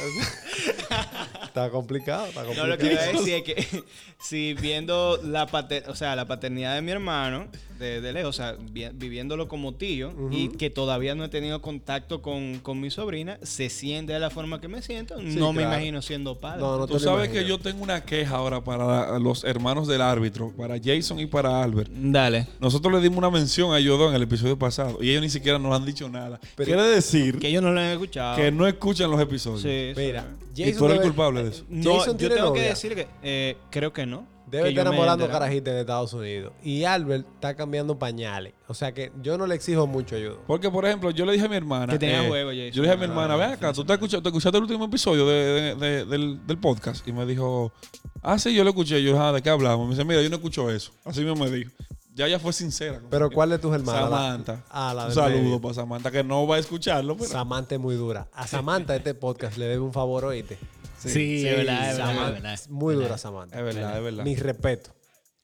S1: está complicado, está
S2: No,
S1: complicado.
S2: lo que iba a decir es que si viendo la, pater- o sea, la paternidad de mi hermano, de, de lejos, o sea, vi- viviéndolo como tío y que todavía no he tenido contacto con, con mi sobrina, se siente de la forma que me siento. no me
S1: claro.
S2: imagino siendo padre.
S1: No, no te
S3: Tú
S1: lo
S3: sabes que
S1: imaginas.
S3: yo tengo una queja ahora para los hermanos del árbitro, para Jason y para Albert.
S2: Dale.
S3: Nosotros le dimos una mención a Yodo en el episodio pasado y ellos ni siquiera nos han dicho nada.
S1: Pero-
S3: Quiere decir
S2: Que ellos no lo han escuchado.
S3: que no escuchan los episodios.
S2: Sí, sí.
S1: Mira,
S3: Y tú eres el
S1: debe-
S3: culpable de eso.
S2: No,
S1: Jason
S2: yo
S1: tiene
S2: tengo que
S1: novia.
S2: decir que eh, creo que no.
S1: Debe
S2: que yo
S1: estar
S2: me he
S1: enamorando
S2: enterado.
S1: carajita en Estados Unidos. Y Albert está cambiando pañales. O sea que yo no le exijo mucho ayuda.
S3: Porque, por ejemplo, yo le dije a mi hermana.
S2: Que
S3: eh,
S2: tenía huevo, Jason.
S3: Yo le dije a mi hermana, ven acá, ¿tú te escuchaste, te escuchaste el último episodio de- de- de- del, del podcast? Y me dijo, ah, sí, yo lo escuché. Yo, ah, ¿de qué hablamos? Me dice, mira, yo no escucho eso. Así mismo me dijo. Ya ella fue sincera. con
S1: Pero
S3: mi-
S1: ¿cuál de tus hermanas?
S3: Samantha.
S1: Ah, la
S3: Un
S1: del
S3: saludo
S1: medio.
S3: para Samantha, que no va a escucharlo. Pero...
S1: Samantha es muy dura. A Samantha este podcast le debe un favor, oíste.
S2: Sí, es verdad, es verdad, es
S1: Samantha,
S2: verdad.
S1: es muy dura Samantha.
S3: Es verdad, es verdad.
S1: Mi respeto.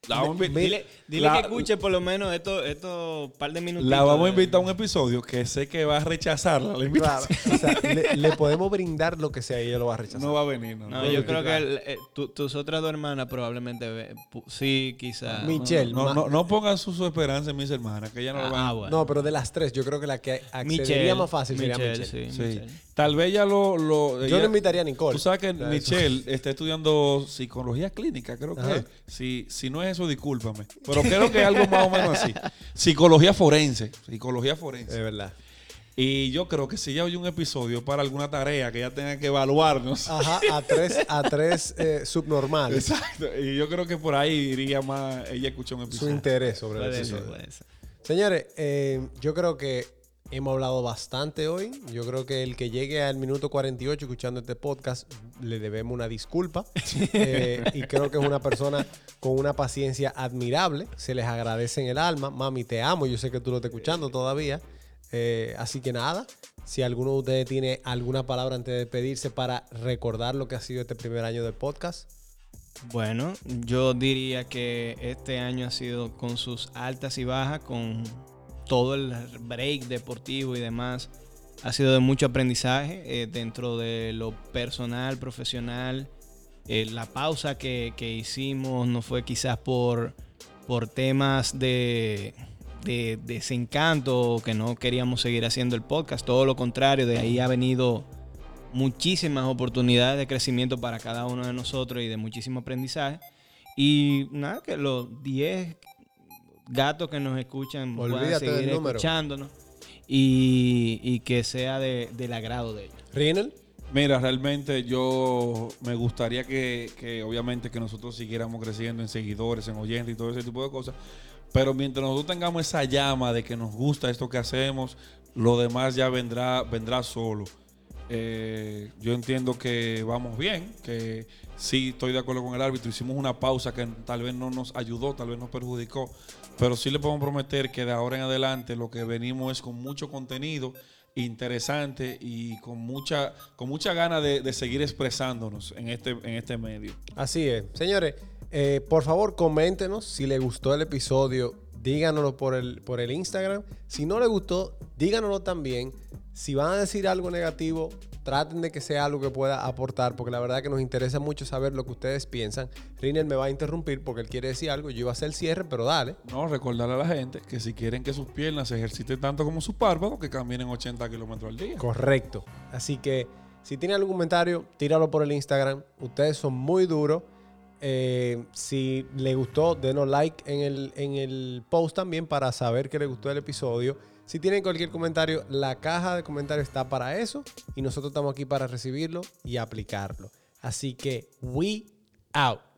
S3: La vamos a invi-
S2: Dile, dile
S3: la-
S2: que escuche por lo menos estos estos par de minutos.
S3: La vamos a invitar a un episodio que sé que va a rechazar la
S1: Claro.
S3: invitación.
S1: O sea, le, le podemos brindar lo que sea y ella lo va a rechazar.
S3: No va a venir. No,
S2: No, yo creo que el- eh, tu- tus otras dos hermanas probablemente ve- pu- sí, quizás.
S1: Michelle.
S3: No,
S1: ma-
S3: no, no pongan su, su esperanza en mis hermanas, que ya no lo van a
S2: Ah, bueno.
S1: No, pero de las tres, yo creo que la que accedería
S2: Michelle.
S1: más fácil sería
S2: Michelle,
S1: Michelle.
S2: sí,
S3: Sí.
S2: Michelle.
S3: Tal vez ya lo. lo-
S1: Yo
S3: ella-
S1: no invitaría a Nicole.
S3: Tú sabes que
S1: O sea,
S3: Michelle está estudiando psicología clínica, creo que
S1: Ajá.
S3: es. Si, si no es eso, discúlpame. Pero creo que es algo más o menos así. Psicología forense. Psicología
S1: Es
S3: forense.
S1: verdad.
S3: Y yo creo que si ya oye un episodio para alguna tarea que ella tenga que evaluarnos.
S1: Ajá, a tres, a tres eh, subnormales.
S3: Exacto. Y yo creo que por ahí iría más. Ella escucha un
S1: Su
S3: episodio.
S1: interés sobre el
S2: Puede
S1: episodio.
S2: ser, puede ser.
S1: Señores, eh, yo creo que hemos hablado bastante hoy. Yo creo que el que llegue al minuto 48 escuchando este podcast, le debemos una disculpa. Eh, y creo que es una persona con una paciencia admirable. Se les agradece en el alma. Mami, te amo. Yo sé que tú lo estás escuchando todavía. Eh, así que nada, si alguno de ustedes tiene alguna palabra antes de despedirse para recordar lo que ha sido este primer año del podcast.
S2: Bueno, yo diría que este año ha sido con sus altas y bajas, con todo el break deportivo y demás. Ha sido de mucho aprendizaje eh, dentro de lo personal, profesional, eh, la pausa que, que hicimos no fue quizás por, por temas de, de desencanto o que no queríamos seguir haciendo el podcast. Todo lo contrario, de ahí ha venido muchísimas oportunidades de crecimiento para cada uno de nosotros y de muchísimo aprendizaje. Y nada, que los 10 gatos que nos escuchan puedan
S1: Olvídate del
S2: seguir
S1: número.
S2: escuchándonos y, y que sea de- del agrado de ellos.
S1: Rinel,
S3: Mira, realmente yo me gustaría que, que obviamente que nosotros siguiéramos creciendo en seguidores, en oyentes y todo ese tipo de cosas. Pero mientras nosotros tengamos esa llama de que nos gusta esto que hacemos, lo demás ya vendrá, vendrá solo. Eh, yo entiendo que vamos bien, que sí estoy de acuerdo con el árbitro. Hicimos una pausa que tal vez no nos ayudó, tal vez nos perjudicó. Pero sí le podemos prometer que de ahora en adelante lo que venimos es con mucho contenido interesante y con mucha, con mucha gana de, de seguir expresándonos en este, en este medio.
S1: Así es. Señores, eh, por favor, coméntenos si les gustó el episodio. Díganoslo por el, por el Instagram. Si no les gustó, díganoslo también. Si van a decir algo negativo, traten de que sea algo que pueda aportar, porque la verdad que nos interesa mucho saber lo que ustedes piensan. Rinel me va a interrumpir porque él quiere decir algo. Yo iba a hacer el cierre, pero dale.
S3: No, recordarle a la gente que si quieren que sus piernas se ejerciten tanto como sus párpados, que caminen 80 kilómetros al día.
S1: Correcto. Así que si tienen algún comentario, tíralo por el Instagram. Ustedes son muy duros. Eh, si les gustó, denos like en el, en el post también para saber que les gustó el episodio. Si tienen cualquier comentario, la caja de comentarios está para eso y nosotros estamos aquí para recibirlo y aplicarlo. Así que, we out.